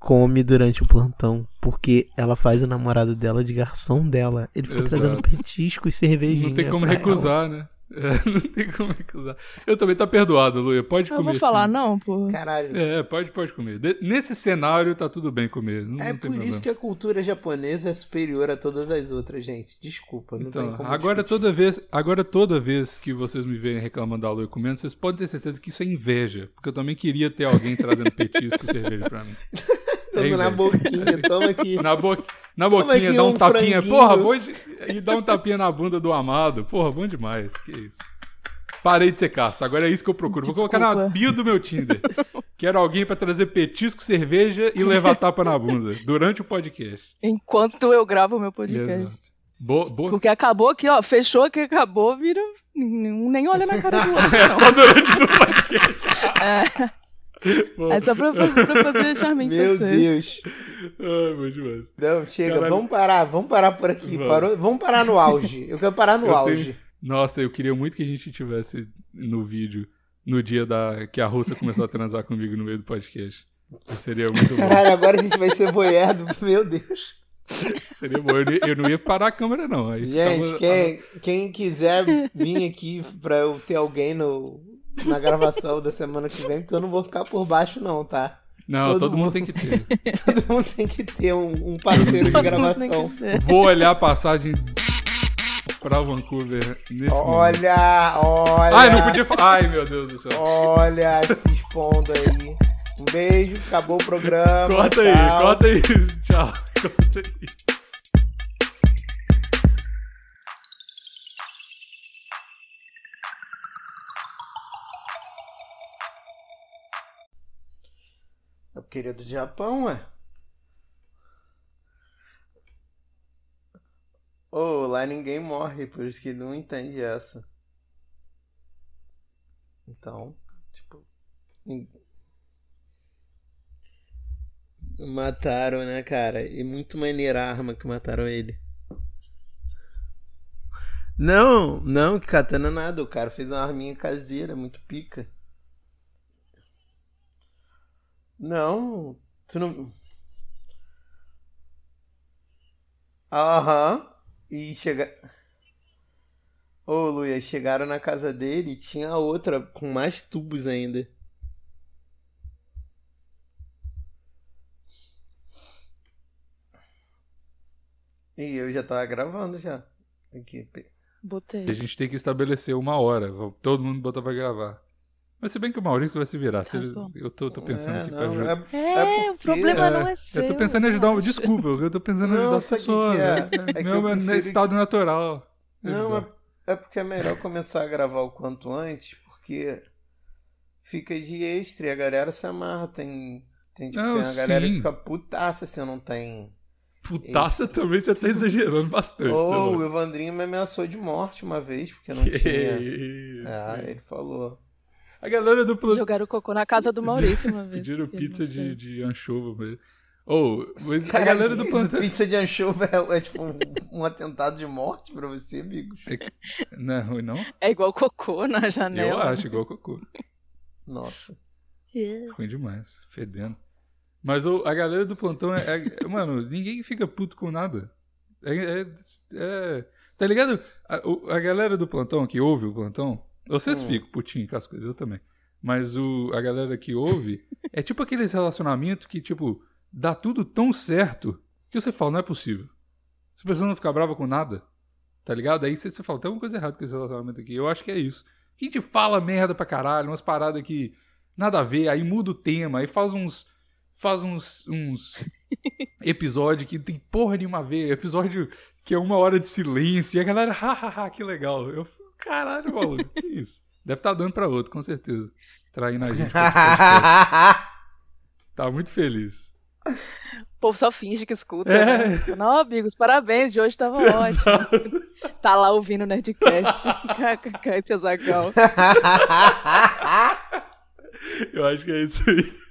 come durante o plantão. Porque ela faz o namorado dela de garçom dela. Ele fica
Exato.
trazendo petisco e cervejinha.
Não tem como
é pra
recusar, né? É, não tem como recusar. Eu também tá perdoado, Luia. Pode
Eu
comer.
vou falar,
sim.
não, pô.
ela. Caralho.
É, pode, pode comer. De- nesse cenário tá tudo bem comer. Não,
É
não
por
tem problema.
isso que a cultura japonesa é superior a todas as outras, gente. Desculpa, não tem
Então,
como.
agora
discutir.
toda, vez, agora toda vez que vocês me verem reclamando da Luia comendo, vocês podem ter certeza que isso é inveja. Porque eu também queria ter alguém trazendo petisco e cerveja pra mim. É
Toma na
inveja.
boquinha, toma aqui.
Na, boca, na
Toma
boquinha,
aqui
dá um,
um
tapinha.
franguinho.
Porra, bom de, e dá um tapinha na bunda do amado. Porra, bom demais. Que isso. Parei de ser casto. Agora é isso que eu procuro. Vou colocar na
Desculpa.
bio do meu Tinder. Quero alguém pra trazer petisco, cerveja e levar tapa na bunda durante o podcast.
Enquanto eu gravo meu podcast.
Exato. Bo- boa.
Porque acabou aqui, ó. Fechou que acabou, vira. Nenhum nem olha na cara do outro.
É só durante o podcast.
É,
Bom,
é só pra fazer, pra fazer charminho pra
Meu
vocês.
Deus.
Ai, bom demais.
Não, chega,
Caralho.
vamos parar, vamos parar por aqui.
Vamos.
Parou, vamos parar no auge. Eu quero parar no
Eu tenho-
auge.
Nossa, eu queria muito que a gente tivesse no vídeo no dia da que a russa começou a transar comigo no meio do podcast. Seria muito bom.
Caralho, agora a gente vai ser voyeur do... Meu Deus.
Seria bom. Eu, não- eu não ia parar a câmera, não. Aí
Gente,
ficava-
quem, quem quiser vir aqui pra eu ter alguém no, na gravação da semana que vem, porque eu não vou ficar por baixo, não, tá?
Não,
todo
todo, mundo tem que ter.
Todo mundo tem que ter um, um parceiro de gravação.
Vou olhar a passagem pra Vancouver nesse momento.
Olha, olha.
Ai, não podia falar. Ai, meu Deus do céu.
Olha, se expondo aí. Um beijo, acabou o programa.
Corta aí,
tchau.
corta aí. Tchau. Corta aí.
Eu queria é do Japão, ué. Ô, lá ninguém morre, por isso que não entende essa. Então, tipo. nin- Mataram, né, cara? E muito maneira a arma que mataram ele. Não, não, que katana nada. O cara fez uma arminha caseira, muito pica. Não, tu não. Aham. E chega. Ô, Luia, chegaram na casa dele e tinha a outra com mais tubos ainda. E eu já tava gravando já. Aqui, pe-
Botei.
A gente tem que estabelecer uma hora. Todo mundo botar pra gravar. Mas se bem que o Maurício vai se virar. se ele-
bom.
eu tô, tô pensando
Tá É,
aqui pra
não,
ajudar.
é-
É,
É
o
porque-
problema
É,
não é seu.
Eu tô pensando em ajudar.
cara.
Desculpa, eu tô pensando em
Não,
ajudar as
sabe o que
pessoas.
que é? É
É,
que
meu
eu
meu
prefiro
estado natural.
Não,
Ajudar.
é, é porque é melhor começar a gravar o quanto antes, porque fica de extra e a galera se amarra. Tem, tem, tipo,
Não,
tem uma galera que
sim.
fica putaça se eu não tem.
Putaça também você tá exagerando bastante. né,
Ou o Evandrinho me ameaçou de morte uma vez, porque eu não
mano?
tinha.
Que isso.
Ah, ele falou.
A galera do plantão
Jogaram cocô na casa do Maurício uma vez.
pediram
que ele
pizza
não
de,
fez.
de anchova. Mas... Ou, mas a
Cara,
galera do plantão.
pizza de anchova é, é tipo um, um atentado de morte pra você, amigos?
Não é ruim, não?
É igual cocô na
Eu
janela.
acho, igual cocô.
Nossa.
É.
Ruim demais, fedendo. Mas o- a galera do plantão é, é- Mano, ninguém fica puto com nada. É. é- é- tá ligado? A, o- a galera do plantão que ouve o plantão. Vocês
Hum.
ficam putinho com as coisas, eu também. Mas o, a galera que ouve é tipo aqueles relacionamentos que, tipo, dá tudo tão certo que você fala, não é possível. Essa pessoa não fica brava com nada. Tá ligado? Aí você, você fala, tem alguma coisa errada com esse relacionamento aqui. Eu acho que é isso. Que a gente fala merda pra caralho, umas paradas que nada a ver, aí muda o tema, aí faz uns. Faz uns. uns episódio que tem porra nenhuma a ver. Episódio que é uma hora de silêncio. E a galera, hahaha, que legal. Eu falo, caralho, maluco, que isso? Deve estar dando pra outro, com certeza. Traindo a gente. com esse podcast. tá muito feliz.
O povo só finge que escuta.
É.
Né? Fala, Não, amigos, parabéns, de hoje tava ótimo. tá lá ouvindo o Nerdcast. KKK, esse Azagal.
Eu acho que é isso aí.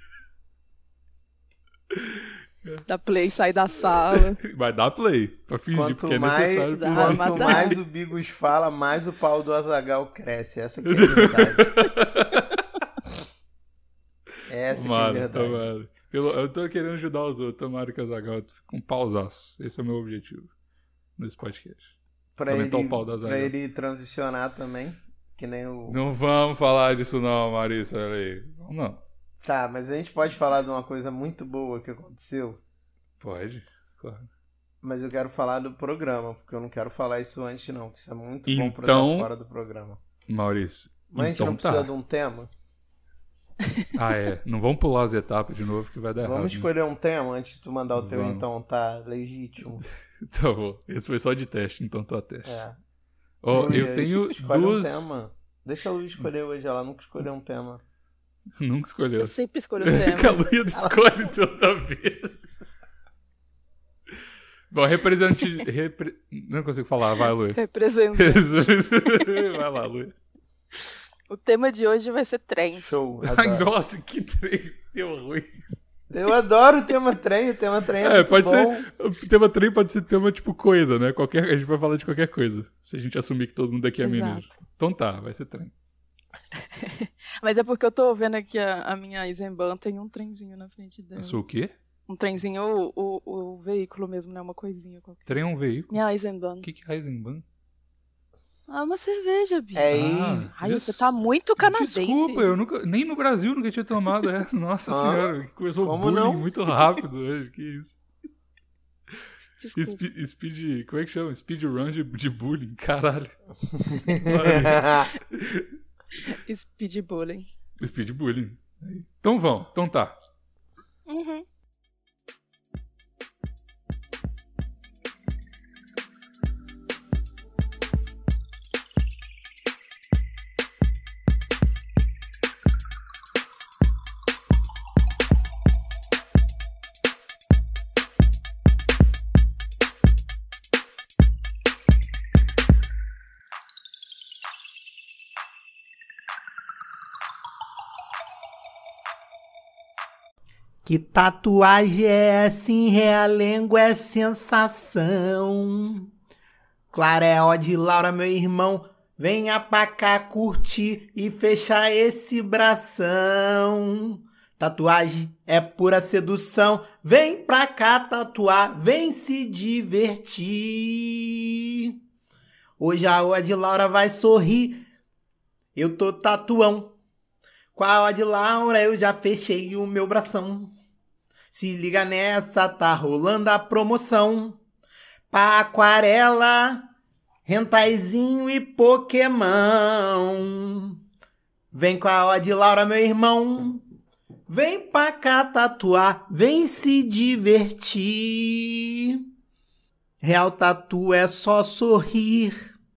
Dá play, sai da sala.
Vai dar play. Pra fingir,
Quanto
porque é
mais- Ah, tá.
necessário.
dá,
fingir.
mas
Quanto
dá.
mais o Bigos fala, mais o pau do Azagal cresce. Essa que é a verdade. Essa que é a
Tomara,
verdade.
tomara. Pelo- eu tô querendo ajudar os outros. Tomara que o Azaghal fique um pausaço. Esse é o meu objetivo nesse podcast.
Pra ele,
Aumentar o pau do Azaghal.
pra ele transicionar também. Que nem o.
Não vamos falar disso não, Marisa. Olha aí. Vamos Não.
Tá, mas a gente pode falar de uma coisa muito boa que aconteceu.
Pode. Claro.
Mas eu quero falar do programa, porque eu não quero falar isso antes, não. Que isso é muito bom pra
Então-
dar fora do programa.
Maurício.
Mas a gente
então
não precisa
tá.
de um tema.
Ah, é. Não vamos pular as etapas de novo que vai dar
Vamos
errado. né?
escolher um tema antes de tu mandar o teu,
Vamos.
então, tá legítimo.
Tá bom. Esse foi só de teste, então tô a teste.
É.
Ó,
Luiz,
eu tenho
escolhe
duas...
um tema. Deixa a Luiz escolher hoje, ela nunca escolheu um tema.
Nunca escolheu.
Eu sempre escolho o
Que a
tema.
Luísa escolhe toda vez. Bom, representante... repre- Não consigo falar. Vai, Luísa.
Representa.
Vai lá, Luiz.
O tema de hoje vai ser trens.
Show.
Ai,
Adoro.
Ah, nossa, que trem deu ruim.
Eu adoro o tema trem, o tema trem é,
É,
muito
pode
bom.
ser. O tema trem pode ser tema tipo coisa, né? Qualquer, a gente vai falar de qualquer coisa. Se a gente assumir que todo mundo aqui é mineiro.
Exato.
Então tá, vai ser trem.
Mas é porque eu tô vendo aqui a, a minha Eisenbahn, tem um trenzinho na frente dela.
Eu sou o quê?
um trenzinho ou o, o veículo mesmo, né? Uma coisinha qualquer.
Trem é um veículo?
Minha Eisenbahn.
O que, que é Eisenbahn?
Ah, uma cerveja, bicho.
É
Ah,
isso.
Ai,
des-
você tá muito canadense.
Desculpa, eu nunca, nem no Brasil nunca tinha tomado essa. Nossa
Ah,
senhora, começou um
como
bullying
não?
muito rápido hoje, que isso.
Desculpa.
Spe- speed, como é que chama? Speedrun de, de bullying, caralho.
Speed bowling.
Speed bullying. Então vão, então tá.
Uhum.
que tatuagem é assim, realengo é sensação. Clareó de Laura, meu irmão, venha pra cá curtir e fechar esse bração. Tatuagem é pura sedução, vem pra cá tatuar, vem se divertir. Hoje a Ode de Laura vai sorrir, eu tô tatuão. Com a Ode Laura eu já fechei o meu bração. Se liga nessa, tá rolando a promoção. Pra aquarela, rentaizinho e pokémon. Vem com a Ode Laura, meu irmão. Vem pra cá tatuar, vem se divertir. Real tatu é só sorrir.